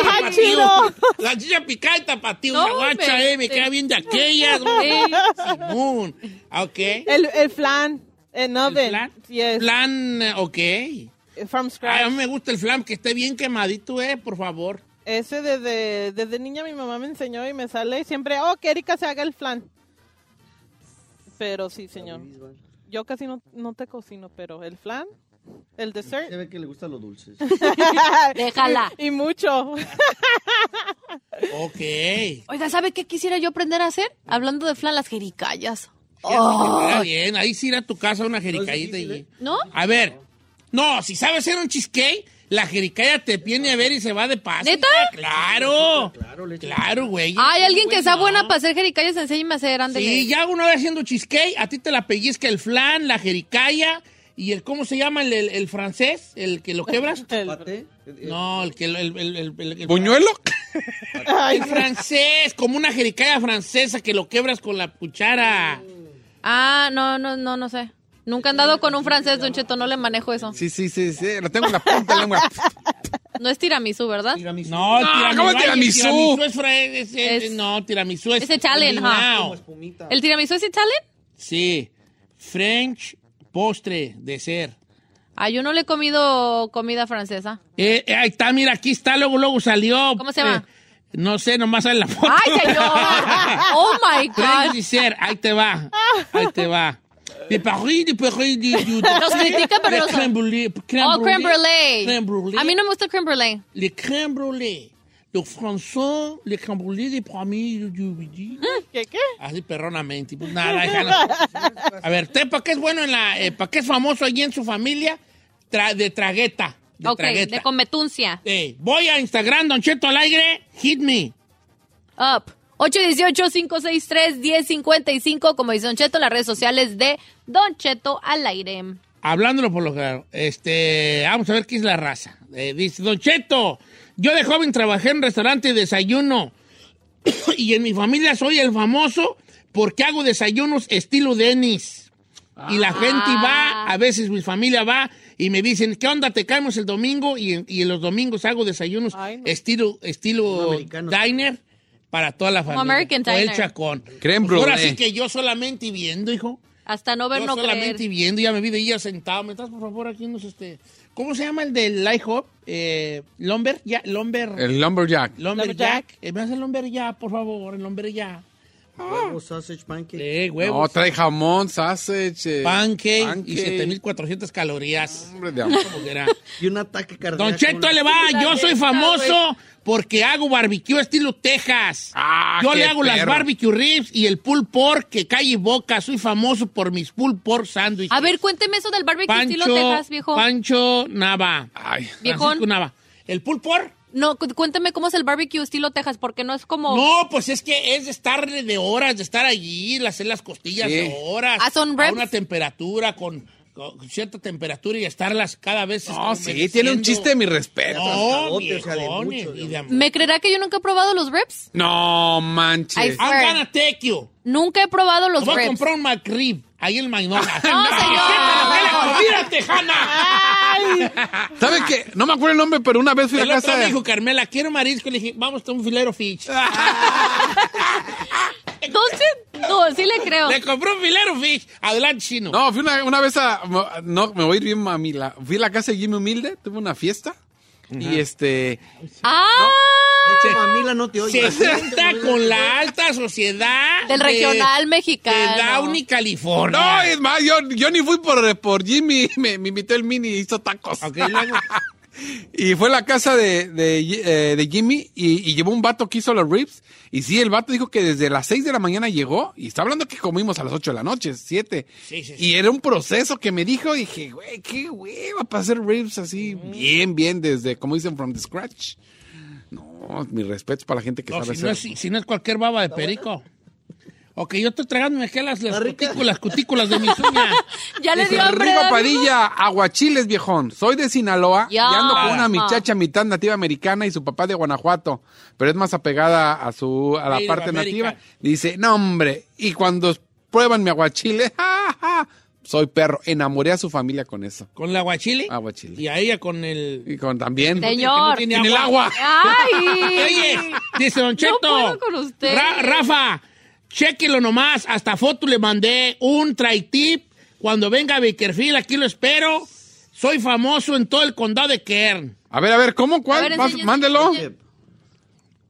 Tapatío.
chido.
Salchicha picada y tapatío.
No,
la guacha,
hombre.
eh, me queda bien de aquellas. güey.
Sí.
Simón. Ah, Ok.
Pues,
El, el flan eh, en oven.
flan?
Yes.
Flan, eh, ok.
From
Ay,
scratch.
a mí me gusta el flan que esté bien quemadito, eh, por favor.
Ese desde, desde niña mi mamá me enseñó y me sale siempre, oh, que Erika se haga el flan. Pero sí, señor. Yo casi no, no te cocino, pero el flan, el dessert.
Se ve que le gustan los dulces.
Déjala.
Y, y mucho.
Ok.
Oiga, ¿sabe qué quisiera yo aprender a hacer? Hablando de flan, las jericayas.
Está bien, ahí sí ir a tu casa una jericayita y...
¿No?
A ver, no, si sabes hacer un cheesecake, la jericaya te viene a ver y se va de paso.
¿Neta?
Claro, claro, güey.
Hay alguien que sea buena para hacer jericayas, enséñame a hacer, ándale.
Sí, ya una vez haciendo cheesecake, a ti te la pellizca el flan, la jericaya y el, ¿cómo se llama? El, el- el francés, el que lo quebras. No, el que... El, el, el, el- el- el-
¿Buñuelo?
El francés, como una jericaya francesa que lo quebras con la cuchara.
Ah, no, no, no, no sé. Nunca he andado con un francés, Don Cheto, no le manejo eso.
Sí, sí, sí, sí. Lo tengo en la punta de la lengua.
No es tiramisú, ¿verdad?
No, el
No,
tiramisú,
¿cómo el
ay,
tiramisú?
es fra- es- es-
Es-
no, tiramisú es...
Es Italian, ajá.
combinado.
¿El tiramisú es italian?
Sí, French postre de ser.
Ah, yo no le he comido comida francesa.
Eh, eh, ahí está, mira, aquí está, luego, luego salió.
¿Cómo se llama?
Eh, no sé, nomás sale la foto.
¡Ay, señor! ¡Oh, my
French
God!
de ser, ahí te va, ahí te va. De París, de París, de... de-
Los critican, pero
de
los-
crème brûlée, crème
¡Oh, creme
brûlée,
brulee!
crème brûlée.
A mí no me gusta el creme brulee.
Le crème brûlée. Los français, le crème brûlée de París, de- de- de-
¿Qué, qué?
Así perronamente. y Pues nada, hija, no. A ver, ¿usted para qué es bueno en la. eh, para qué es famoso allí en su familia? Tra- de tragueta. De
ok,
tragueta.
de cometuncia.
Eh, voy a Instagram, Don Cheto al aire. Hit me.
Up. 818-563-1055, como dice Don Cheto, las redes sociales de Don Cheto al aire.
Hablándolo por lo claro. Este. Vamos a ver qué es la raza. Eh, dice Don Cheto. Yo de joven trabajé en restaurante de desayuno. y en mi familia soy el famoso porque hago desayunos estilo Denis. Y la gente
Ah.
va, a veces mi familia va y me dicen, ¿qué onda? Te caemos el domingo y en, y en los domingos hago desayunos estilo, estilo diner para toda la
Como
familia.
American
O el
diner.
chacón.
Creme
Pues Ahora
brulee.
sí que yo solamente viendo, hijo.
Hasta no ver,
Yo
no creer.
solamente viendo, ya me vi de ella sentado. ¿Me estás, por favor, aquí unos este... ¿Cómo se llama el del Light Hop? Eh, Lumber, ya, Lumber...
El lumberjack.
Lumberjack. Eh, me hace el Lumberjack, por favor, el Lumberjack.
Huevos, sausage, pancake.
Eh, huevos.
No, trae jamón, sausage. eh,
Pancake, y
pancake.
7400 calorías.
Hombre de amor.
Como que era.
Y un ataque cardíaco.
Don Cheto ahí le va, yo soy famoso porque hago barbecue estilo Texas.
Ah,
yo
qué
le hago las
perro.
barbecue ribs y el pulled pork que calle y boca. Soy famoso por mis pulled pork sándwiches.
A ver, cuénteme eso del barbecue estilo
Pancho,
Texas, viejo.
Pancho Nava.
Ay.
Viejón.
Francisco Nava. ¿El pulled pork?
No, cu- cuénteme cómo es el barbecue estilo Texas, porque no es como...
No, pues es que es de estar de horas, de estar allí, de hacer las costillas
Sí.
de horas.
Ah, son
a
ribs.
una temperatura, con, con cierta temperatura y estarlas cada vez.
No, sí, tiene un chiste de mi respeto.
No, viejones, y de amor.
¿Me creerá que yo nunca he probado los reps?
No manches.
Ay,
I'm gonna take you.
Nunca he probado los
Voy a
reps.
comprar un McRib ahí en Magnolia.
No, señor. Ah.
¡Mira, Tejana!
¿Sabe Ah, qué? No me acuerdo el nombre, pero una vez fui a
El
la
otro
casa
me
de...
dijo, Carmela, quiero marisco. Le dije, vamos a un filero fish.
Ah. Entonces, no, sí le creo.
Le compré un filero fish. Adelante, chino.
No, fui una, una vez a... No, me voy a ir bien mami. la- fui a la casa de Jimmy Humilde, tuve una fiesta. Y este...
Ah,
De hecho, mamila no te oye.
Se sienta con la alta sociedad
del
de-
regional
de
mexicano.
Downey, California.
No, es más, yo, yo ni fui por, por Jimmy. Me, me invitó el mini y hizo tacos.
Ok, luego.
Y fue a la casa de, de, eh, de Jimmy y, y llevó un vato que hizo los ribs. Y sí, el vato dijo que desde las 6 de la mañana llegó. Y está hablando que comimos a las 8 de la noche, 7.
Sí, sí, sí.
Y era un proceso que me dijo. Dije, güey, qué hueva para hacer ribs así, bien, bien, desde, como dicen, from the scratch. No, mis respetos para la gente que
No,
sabe
si, no es,
hacer.
si no es cualquier baba de perico. Ok, yo estoy tragándome aquí las, las cutículas, cutículas de mis uñas.
Ya le
Dice,
dio hambre.
Rigo
¿verdad,
Padilla, aguachiles, viejón. Soy de Sinaloa
Ya. Ah.
y ando con una
Ajá.
muchacha mitad nativa americana y su papá de Guanajuato, pero es más apegada a su a la
Native
parte
American.
nativa. Dice, no hombre, y cuando prueban mi aguachile, ja, ja, soy perro. Enamoré a su familia con eso.
¿Con el aguachile?
Aguachile.
Y a ella con el...
Y con también.
que no
Señor.
tiene
En el agua.
Ay.
Oye, dice Don Cheto.
puedo con usted.
Ra- Rafa, chéquelo nomás. Hasta foto le mandé un try tip. Cuando venga a Bakerfield, aquí lo espero. Soy famoso en todo el condado de Kern.
A ver, a ver, ¿cómo?
A
¿Cuál?
ver,
Vas-
enseñe,
mándelo.
enseñe.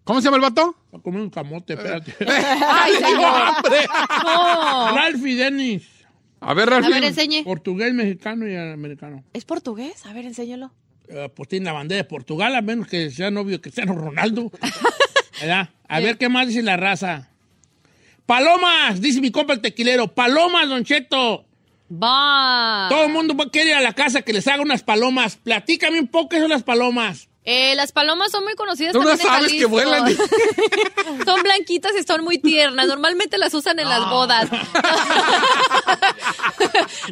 ¿Cómo se llama el vato?
Va a comer un camote, espérate.
Ay,
Le dio
señor.
hambre.
No.
Ralphie Dennis.
A ver, Ralphie.
A ver, enseñe.
Portugués, mexicano y americano.
¿Es portugués? A ver, enséñalo.
Eh, pues tiene la bandera de Portugal, a menos que sea novio de Cristiano Ronaldo. ¿Verdad? A ver qué más dice la raza. Palomas, dice mi compa el tequilero. Palomas, Don Cheto.
Va.
Todo el mundo va- quiere ir a la casa que les haga unas palomas. Platícame un poco qué son las palomas.
Eh, las palomas son muy conocidas
Tú no
también en
sabes
Jalisco.
que vuelan.
son blanquitas y son muy tiernas. Normalmente las usan en las bodas.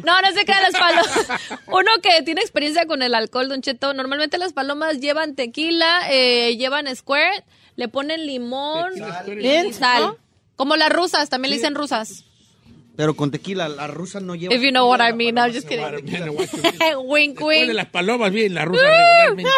no, no se crean las palomas. Uno que tiene experiencia con el alcohol, Don Cheto, normalmente las palomas llevan tequila, eh, llevan squirt, le ponen limón
Bien,
y sal. Como las rusas, también le dicen rusas.
Pero con tequila, la rusa no lleva.
If you know what I mean, I'm just kidding. wink, wink.
Huele las palomas bien, la rusa
Uh.
regularmente.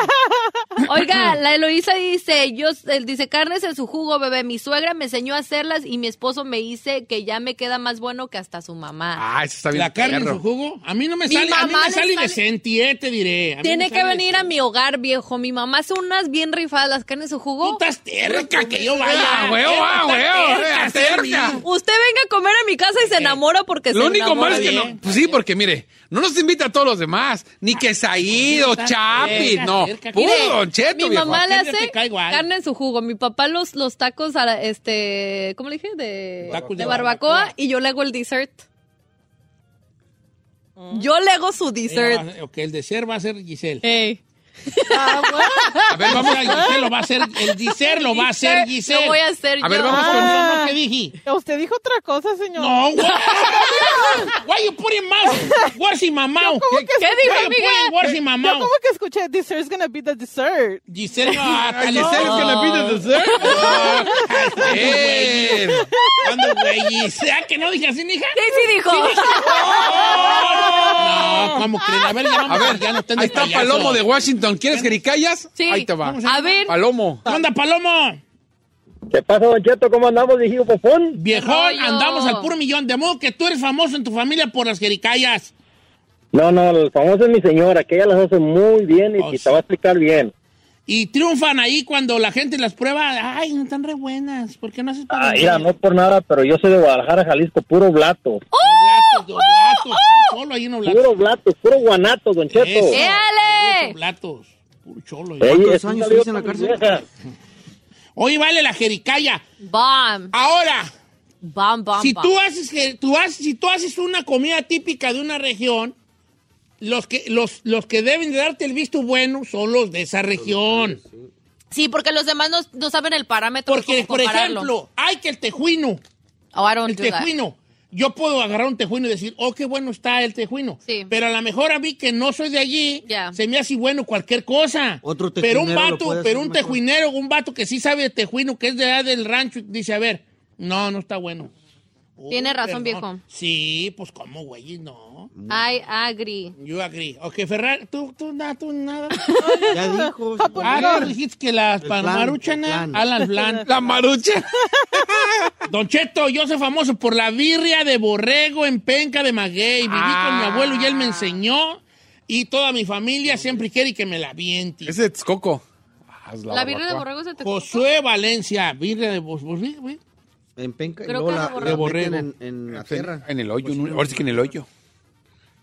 Oiga, la Eloísa dice, yo él dice carnes en su jugo, bebé. Mi suegra me enseñó a hacerlas y mi esposo me dice que ya me queda más bueno que hasta su mamá.
Ah, eso está bien.
La carne en
perro.
su jugo. A mí no me
Mi
sale, a mí
mamá
me
le sale-
sale indecente, eh, te diré. A mí
Tiene
me
que
sale-
venir a mi hogar, viejo. Mi mamá hace unas bien rifadas las carnes en su jugo.
estás Cerca que yo
Ah,
vaya.
huevo,
Eh,
ah,
está
huevo,
cerca,
eh, cerca.
Usted venga a comer a mi casa y se enamora porque se
Lo único
enamora.
malo es que no. Pues sí, porque mire, no nos invita a todos los demás. Ni que Saído, Chapi, no. Puro Don Cheto,
mi mamá le
viejo.
Gente
hace
te cae igual.
carne en su jugo. Mi papá los, los tacos, a la- este, ¿cómo le dije? De,
Tacos
de
de
barbacoa, y yo le hago el dessert. Yo le hago su dessert.
Eh, ok, el dessert va a ser Giselle.
Ey.
A ver, vamos a Giselle lo va a hacer. El dessert lo va a hacer
Dessert,
Giselle.
lo voy a hacer A ver, yo. Ah. vamos
con
con-
eso, ¿no? ¿Qué dije?
Usted dijo otra cosa, señor.
No, güey. Why you putting mouth? Where's your mamau?
¿Cómo que escuché?
Why you putting where's your
Yo
mamau?
como que escuché, dessert's gonna be the dessert.
Giselle, ah,
Ay, Giselle es que le pide dessert. Bien.
¿Cuándo, güey? ¿Será que no dije así, hija?
Sí, sí dijo.
No, ¿cómo crees? A ver, ya vamos
A ver,
ya no estén de
ahí está
payaso.
Palomo de Washington. ¿Quieres jericayas?
Sí.
Ahí te va. Ah,
A ver,
Palomo.
¿Qué onda, Palomo?
¿Qué pasa, Don Cheto? ¿Cómo andamos, viejillo popón?
Viejón,
rollo.
andamos al puro millón. De modo que tú eres famoso en tu familia por las jericayas.
No, no, el famoso es mi señora, que ella las hace muy bien y que te va a explicar bien.
Y triunfan ahí cuando la gente las prueba. Ay, no están re buenas. ¿Por qué no haces para
Ah, mira, no es por nada, pero yo soy de Guadalajara, Jalisco, puro blato.
Oh. Oblatos, de oblatos. Solo ahí en oblatos.
Puro blato, puro guanato, Don Cheto.
Eso.
¡Éale!
Oblatos. Puro cholo.
Ey,
¿Cuántos
es un
años
saludo
tuviste en la
para mi
cárcel?
vieja.
Hoy vale la jericaya.
bam,
Ahora,
bam, bam,
si
bam.
tú haces que- tú haces- si tú haces una comida típica de una región, los que los, los que deben de darte el visto bueno son los de esa región.
Sí, porque los demás no, no saben el parámetro.
Porque,
de cómo
por
compararlo.
ejemplo, hay que el tejuino.
Oh, I don't
el
do that.
tejuino. Yo puedo agarrar un tejuino y decir, oh, qué bueno está el tejuino.
Sí.
Pero a lo mejor a mí que no soy de allí,
Ya.
se me hace bueno cualquier cosa.
Otro
pero un
tejuinero lo
vato,
puede
pero
hacer
un
mejor.
tejuinero, un vato que sí sabe de tejuino, que es de edad del rancho, dice, a ver, no, no está bueno.
Tiene
Oh,
razón,
perdón.
viejo.
Sí, pues cómo, güey, no.
I agree.
Yo agree. Ok, Ferrari, tú, tú, nada, tú, nada.
Ya dijo.
Ah, tú dijiste que las
El plan,
maruchanas,
el plan.
Alan Flan.
La marucha.
Don Cheto, yo soy famoso por la birria de borrego en penca de maguey. Viví con mi abuelo y él me enseñó. Y toda mi familia siempre quiere que me la aviente.
Ese es Coco.
La birria de borrego se te
Josué Valencia, birria de bos- bos- güey.
En penca y
Creo
luego
que
la,
de
la
borrego.
meten en, en la tierra. Pues
En el hoyo. en un- Ahora sí que en el hoyo.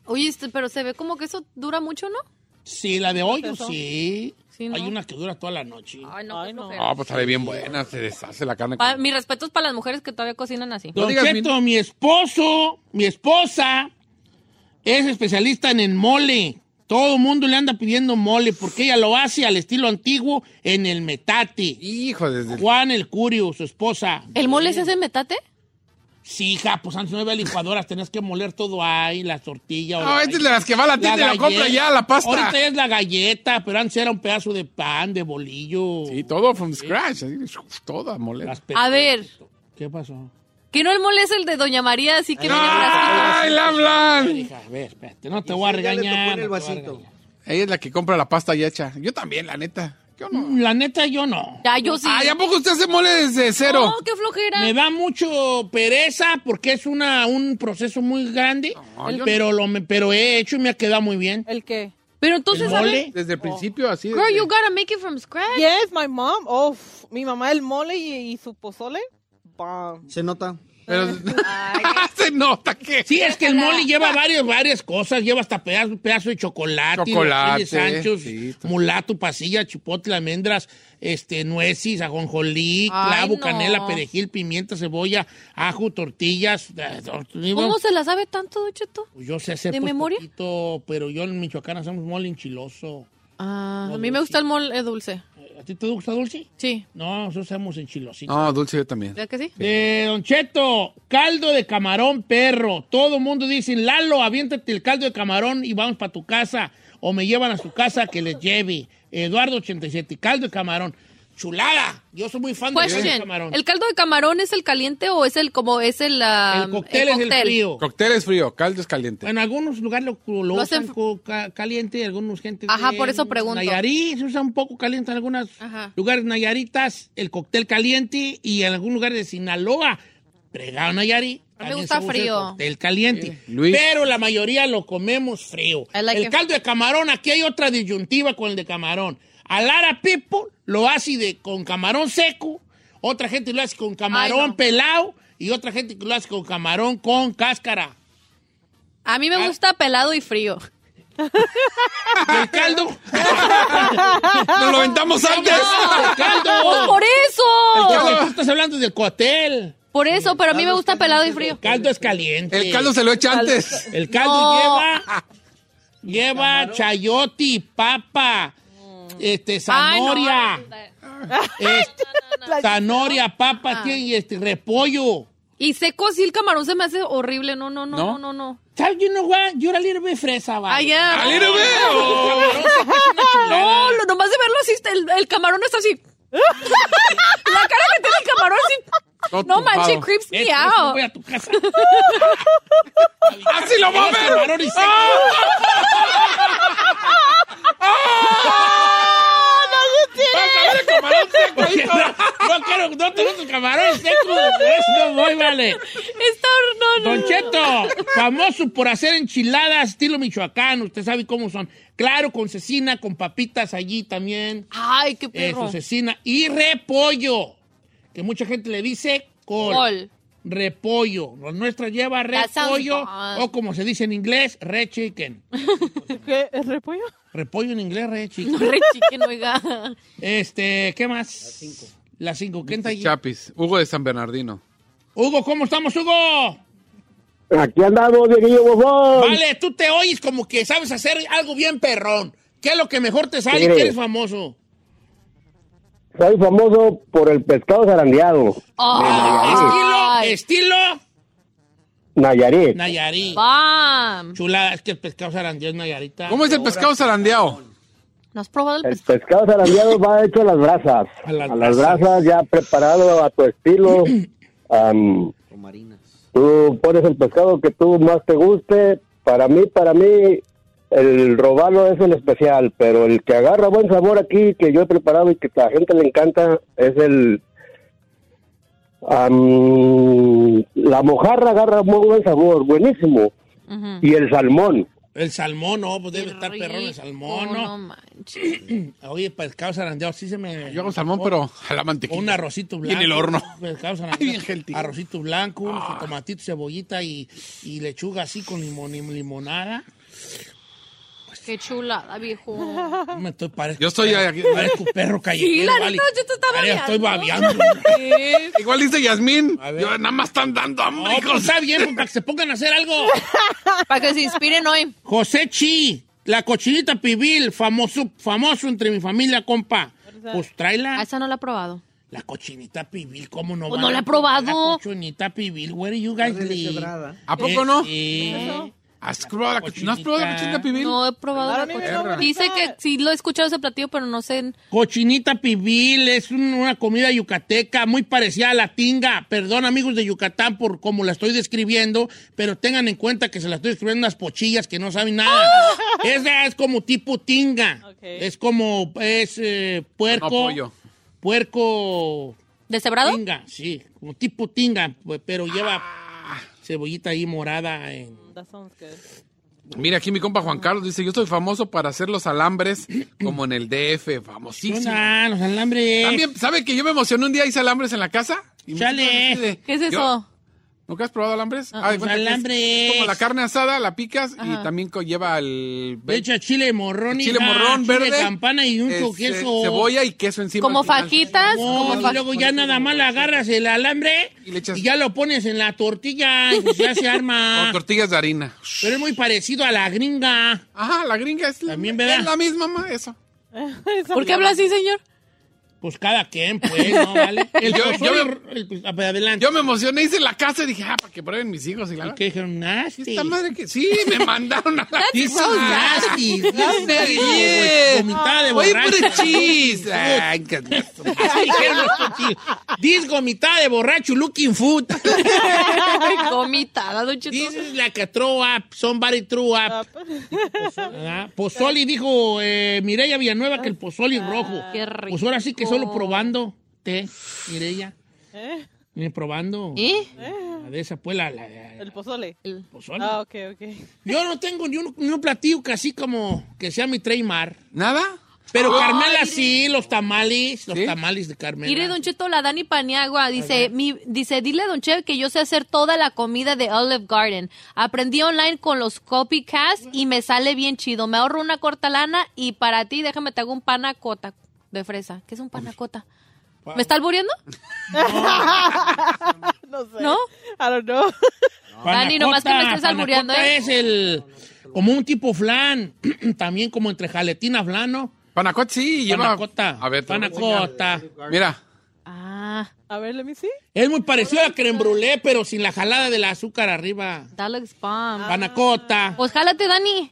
Oye, este, pero se ve como que eso dura mucho, ¿no?
Sí, la de hoyo,
Eso.
sí.
Sí, ¿no?
Hay una que dura toda la noche.
Ay, no, qué flojera.
Ah, pues sabe bien buena, se deshace la carne.
Pa- mis respetos para las mujeres que todavía cocinan así.
Don Cheto, mi esposo, mi esposa, es especialista en el mole. Todo el mundo le anda pidiendo mole porque ella lo hace al estilo antiguo en el metate.
Hijo, desde...
Juan el Curio, su esposa.
¿El mole se hace en metate?
Sí, hija, pues antes no había licuadoras, tenías que moler todo ahí, la tortilla. o
No, esta es de las que va a la tienda y la
galleta.
compra ya, la pasta.
Ahorita es la galleta, pero antes era un pedazo de pan, de bolillo. Sí,
todo from scratch, toda mole.
A ver,
¿Qué pasó?
que no el mole es el de Doña María, así
Ah.
que viene
¡Ay, la hablan!
Hija, a ver, espérate, no te voy a regañar. no te voy a regañar.
Ella es la que compra la pasta ya hecha. Yo también, la neta.
La neta, yo no.
Ya, yo sí.
Ah,
Ay, ¿a poco usted hace mole desde cero?
No, qué flojera.
Me da mucho pereza porque es una, un proceso muy grande,
No, yo
pero,
no.
lo, me- pero he hecho y me ha quedado muy bien.
¿El qué?
Pero entonces,
¿El
a
mole?
ver,
Desde el principio, así.
girl, you gotta make it from scratch.
Yes, my mom. Oh, f- mi mamá el mole y, y su pozole. Bam.
Se nota.
Se nota que.
Sí, es que el mole lleva varios, varias cosas. Lleva hasta pedazo, pedazo de chocolate,
Chocolate,
de sanchos,
sí, está-
mulato, pasilla, chipotle, almendras, este, nueces, ajonjolí,
Ay,
clavo,
no.
canela, perejil, pimienta, cebolla, ajo, tortillas. eh, tortillas.
¿Cómo se la sabe tanto, Don Cheto?
Pues Yo sé hacer
¿De
pues,
memoria?
poquito, pero yo en Michoacán hacemos mole enchiloso.
Ah, a mí me gusta el mole eh, dulce.
¿A ti te gusta dulce?
Sí.
No, nosotros hacemos enchilosito.
No, dulce yo también.
¿Verdad que sí?
De Don Cheto, caldo de camarón, perro. Todo mundo dice, Lalo, aviéntate el caldo de camarón y vamos para tu casa. O me llevan a su casa que les lleve. Eduardo 87, caldo de camarón. Chulada. Yo soy muy fan del caldo de
Question.
camarón.
Pues, ¿El caldo de camarón es el caliente o es el como es el, ah,
El cóctel es el frío.
Cóctel es frío, caldo es caliente.
En algunos lugares lo, lo
Lo
usan
hacen-
co- ca- caliente y algunos gente.
Ajá,
de
por eso pregunto.
Nayarit se usa un poco caliente en algunos
Ajá.
lugares nayaritas, el cóctel caliente y en algún lugar de Sinaloa, pregado Nayarit.
A mí me
también
gusta
se usa
frío.
El cóctel caliente.
Luis.
Pero la mayoría lo comemos frío.
I like
el
it.
caldo de camarón, aquí hay otra disyuntiva con el de camarón. A Lara People lo hace de, con camarón seco, otra gente lo hace con camarón
Ay, no.
pelado y otra gente lo hace con camarón con cáscara.
A mí
Ah.
me gusta pelado y frío.
El caldo.
¡Nos lo aventamos antes!
El
¡Oh,
caldo.
por eso!
Porque tú estás hablando del cóctel.
Por eso, pero a mí me gusta pelado y frío.
El caldo es caliente.
El caldo se lo echa antes.
El caldo
No.
lleva. Lleva chayote, papa, este,
Ay, no,
zanahoria, este, zanahoria, papa,
Ah.
tiene y este, repollo.
Y seco así el camarón se me hace horrible. No, no, no,
¿No?
no, no, no.
¿Sabes? You know what? You're a little bit fresa, va.
Ay, ya.
¡A little bit!
Camarón, sé que es una chulada.
No, lo, nomás de verlo así, el, el camarón está así. La cara que tiene el camarón
Todo
así. No manches,
tumbado.
creeps
Este,
me
yo sí voy
out.
a tu casa.
¡Así Ah, lo va a
Lleva
ver! ¡Ah!
camarón y seco.
¡Ah!
¡Vas a ver el camarón seco ahí!
No, no quiero, no tengo tu camarón seco. Eso no voy, vale.
Está, no, no,
Don
no.
Cheto, famoso por hacer enchiladas estilo michoacán, usted sabe cómo son. Claro, con cecina, con papitas allí también,
Ay, qué
eh,
perro.
su cecina. Y repollo, que mucha gente le dice col.
Col.
Repollo. La nuestra lleva
That sounds
repollo,
good.
o como se dice en inglés, red chicken.
¿Qué? ¿El repollo?
Repollo en inglés, red chicken.
No re chiquen, oiga.
Este, ¿qué más? Las cinco. Las cinco. ¿Qué está allí?
Chapis, Hugo de San Bernardino.
Hugo, ¿cómo estamos, Hugo?
Aquí andamos, Dieguillo Bobón.
Vale, tú te oyes como que sabes hacer algo bien perrón. ¿Qué es lo que mejor te sale?
Mire.
Que eres famoso.
Soy famoso por el pescado zarandeado.
Ay.
Estilo, estilo
Nayarit.
Nayarit.
Bam.
Chulada, es que el pescado zarandeo es Nayarita.
¿Cómo es el pescado zarandeado?
¿No has probado el
El pescado zarandeado va hecho a las brasas.
A
A
las
las, brasas. ya preparado a tu estilo. Am, tú pones el pescado que tú más te guste. Para mí, para mí, el robalo es un especial, pero el que agarra buen sabor aquí, que yo he preparado y que a la gente le encanta, es el... am, la mojarra agarra muy buen sabor, buenísimo. Y el salmón.
El salmón, no, pues debe estar
rico,
perrón el salmón,
No
¿no?
manches.
Oye, pescado zarandeado, sí se me...
Yo hago salmón, pero a la
O
mantequilla.
Un arrocito
Y
blanco. Pues,
en el horno.
Pescado
Ay,
zarandeado.
bien gentil. Ah.
Arrocito blanco, unos tomatitos, cebollita y, y lechuga así con limón y limonada. Pues
Qué chulada, viejo.
Me estoy pareciendo.
Yo estoy aquí.
tu perro callejero.
Sí, la
vale.
neta, yo te estaba
Vale, estoy
babeando.
babeando.
Sí.
Igual dice Yasmín. Yo, nada más están dando
No,
hambre.
pues, está bien, pues, para que se pongan a hacer algo.
Para que se inspiren hoy.
José Chi, la cochinita pibil, famoso, famoso entre mi familia, compa. Pues tráela.
Ah, Esa no la he probado.
La cochinita pibil, ¿cómo no
Pues
van
no
a
la he
probar
probado.
La cochinita pibil, where you guys live?
¿A poco no?
pues, Eh,
¿Has probado la cochinita? ¿No has probado la cochinita pibil?
No he probado la
Claro, a mí me
cochinita.
gusta.
Dice que sí lo he escuchado ese platillo, pero no sé.
Cochinita pibil es un- una comida yucateca muy parecida a la tinga. Perdón, amigos de Yucatán, por cómo la estoy describiendo, pero tengan en cuenta que se la estoy describiendo unas pochillas que no saben nada. Esa es como tipo tinga.
Ok.
Es como, es eh, puerco.
No, pollo.
Puerco
¿Deshebrado?
tinga, sí, como tipo tinga, pues, pero lleva
Ah.
cebollita ahí morada en...
That sounds good.
Mira, aquí mi compa Juan Carlos dice, yo soy famoso para hacer los alambres como en el DF, famosísimo.
Suena, los alambres.
También, ¿sabe que yo me emocioné un día, hice alambres en la casa? Y me
Chale.
hice así de-
¿Qué es
yo-
eso?
¿Nunca has probado alambres? Ah, de cuenta que es-
alambres.
es como la carne asada, la picas
Ajá.
y también co- lleva el...
Le echa chile morrón,
chile
hija,
morrón
chile
verde.
campana y un
este,
queso.
Cebolla y queso encima.
¿Como
al final.
fajitas?
No,
Como
y
fa-
luego ya nada más le agarras el alambre
Y le echas-
y ya lo pones en la tortilla y pues ya se
Con
arma.
tortillas de harina.
Pero es muy parecido a la gringa.
Ajá, la gringa es la,
También, ¿verdad?
es la misma, ma, eso.
¿Por qué habla así, señor?
Pues cada quien, pues, ¿no? ¿Vale? El
Yo-
pozole-
yo-
el- pues, a ver, adelante.
Yo me emocioné, hice la casa y dije, ah, para que prueben mis hijos. Y la
¿Y qué dijeron?
¿Y
Nasty.
Esta madre que sí, me mandaron a la
This is nasty. This is nasty.
Yeah.
Vomitada de
Voy
borracho.
por el cheese. Ay, que-
Así dijeron los cochinos. This gomitada de borracho looking food.
Gomitada, don Cheto.
This is like a throw up. Somebody throw up.
pues,
Ah, Pozoli dijo eh, Mireya Villanueva que el pozoli
Ah,
es rojo.
Qué rico.
Pues ahora sí que solo probando té, Mireya.
¿Eh?
Ni probando.
¿Eh?
La de esa pues la, la- la-
El pozole.
el pozole.
Ah, ok, ok.
Yo no tengo ni un, ni un platillo que así como que sea mi trademark.
¿Nada?
Pero Carmela sí, los tamales, los
¿Sí?
tamales de Carmela.
Mire, Don Cheto, la Dani Paniagua dice, mi, dice, dile a Don Che que yo sé hacer toda la comida de Olive Garden. Aprendí online con los copycats y me sale bien chido. Me ahorro una corta lana y para ti déjame te hago un panacota de fresa. ¿Qué es un panacota? ¿Me está alburiendo?
No sé.
¿No?
I don't know.
Dani, nomás que me estés
Panacota,
albureando,
panacota
¿eh?
es el, como un tipo flan, también como entre jaletina, flan, ¿no?
Panacot sí, lleva.
Panacota.
A ver, te lo voy a
panacota.
enseñar. Mira,
Ah,
A ver, let me see.
Es muy parecido a la creme brûlée, pero sin la jalada del azúcar arriba.
that looks bomb.
Ah.
Panacota.
Pues jálate, Dani.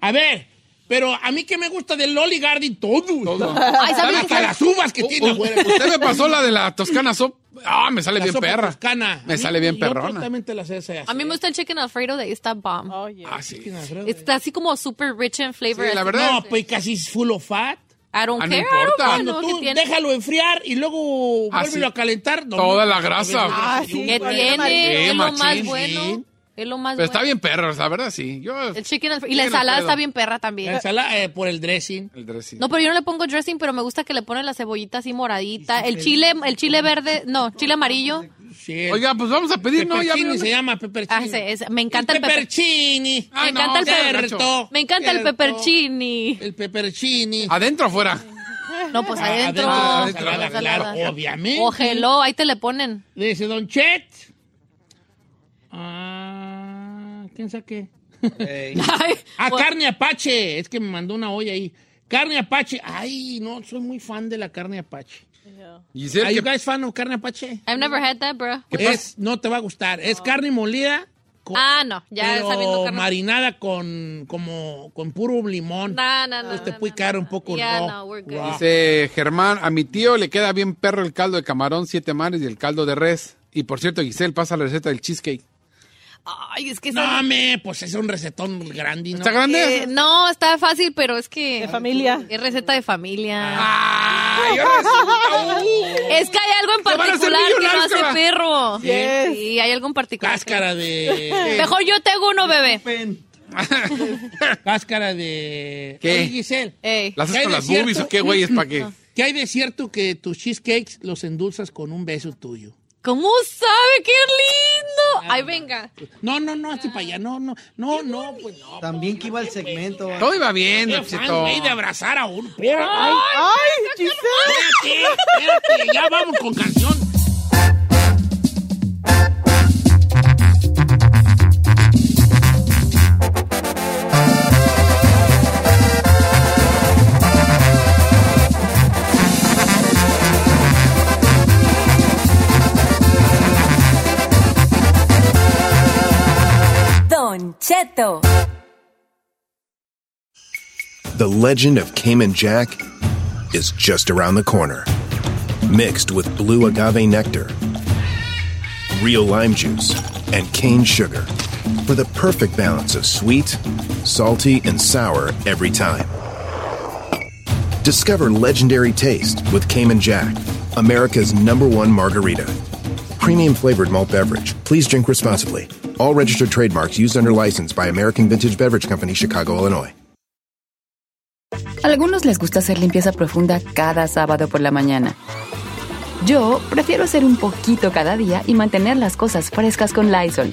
A ver, pero a mí que me gusta del Loli Garden todo.
todo. Uh,
Ay, ¿sabes
Hasta
qué?
las uvas que tiene afuera.
Usted me pasó la de la Toscana Sop. Ah, me sale
La
bien
sopa
perra.
toscana.
Me
A mí-
sale bien
yo
perrona.
totalmente la sé hacer.
A mí me gusta el chicken alfredo de ahí, está bomb.
Oh, yeah.
Ah, sí.
Está así como super rich in flavor.
Sí, la
así.
verdad.
No, pues casi es full of fat.
I don't
Ah, no
care.
importa.
I don't care
Cuando
lo
tú
que tiene.
déjalo enfriar y luego
Ah,
vuélvelo
sí.
a calentar. no,
Toda la
no,
grasa.
no,
Ah,
no,
sí.
no,
¿Qué
no,
tiene?
Sí,
es lo más
machín,
bueno. Es lo más
Pero está
bueno.
bien perra, la verdad, sí. Yo.
El chicken alfredo. Y la
Chicken
ensalada
Alfredo.
está bien perra
La
también.
ensalada eh, por el dressing.
El dressing.
No, pero yo no le pongo dressing, pero me gusta que le ponen la cebollita así moradita. El chile, el chile verde, no, chile amarillo.
Sí, el
Oiga, pues vamos a pedir, ¿no? Ya
peppercini
vieron-
se llama peppercini.
Ah, ese- ese- me encanta el
el
pepper-
peppercini.
Ah,
me
no,
encanta el
está
pepper-
gacho.
Me encanta el
Cierto.
pepperchini.
El peppercini.
Adentro o afuera.
No, pues
Ah,
adentro.
adentro de la
adentro,
la
ensalada,
ensalada.
claro, obviamente.
O hello, ahí te le ponen.
Le dice Don Chet. Ah, ¿quién saqué?
Ay,
Ah,
pues,
carne apache. Es que me mandó una olla ahí. Carne apache. Ay, no, soy muy fan de la carne apache.
Yeah.
Y si el
¿Are
que-
you guys fan of carne apache?
I've never had that, bro.
Es, no te va a gustar. Es carne molida. con-
Ah, no, ya
pero
sabiendo carne.
marinada con como con puro limón.
No, no, no.
Este
no,
puede
no,
caer
no,
un
no.
poco
Yeah,
raw.
no, we're good.
Raw.
Dice Germán, a mi tío le queda bien perro el caldo de camarón, siete mares y el caldo de res. Y por cierto, Giselle pasa la receta del cheesecake.
Ay, es que
No,
esa-
me, pues es un recetón grande. ¿no?
¿Está grande?
eh, no, está fácil, pero es que.
De familia.
Es receta de familia.
¡Ay, ahora resulta! ¡Uh!
Es que hay algo en
Ah. Se van a hacer
particular que no
millonarios,
hace
cabrón.
perro.
Yes.
Sí, hay algo en particular.
Cáscara de.
Mejor yo te hago uno, bebé.
cáscara de.
¿Qué?
Oye, Giselle.
Ey.
¿Las haces
¿Qué hay
con
de
las boobies
cierto?
o qué, güey? ¿Es para qué?
¿Qué hay de cierto que tus cheesecakes los endulzas con un beso tuyo?
¿Cómo sabe? ¡Qué
Ah.
lindo! Ay, venga.
No, no, no, así para allá. No, no, no, no, pues no.
También que iba el segmento.
Todo iba bien,
Qué
Don
fan,
Cheto.
güey, de abrazar a uno. Espérate,
Ay,
ay,
Espérate, espérate, ya vamos con canción.
Don Cheto.
The legend of Cayman Jack is just around the corner. Mixed with blue agave nectar, real lime juice, and cane sugar for the perfect balance of sweet, salty, and sour every time. Discover legendary taste with Cayman Jack, America's number one margarita. Premium flavored malt beverage. Please drink responsibly. All registered trademarks used under license by American Vintage Beverage Company, Chicago, Illinois.
Algunos les gusta hacer limpieza profunda cada sábado por la mañana. Yo prefiero hacer un poquito cada día y mantener las cosas frescas con Lysol.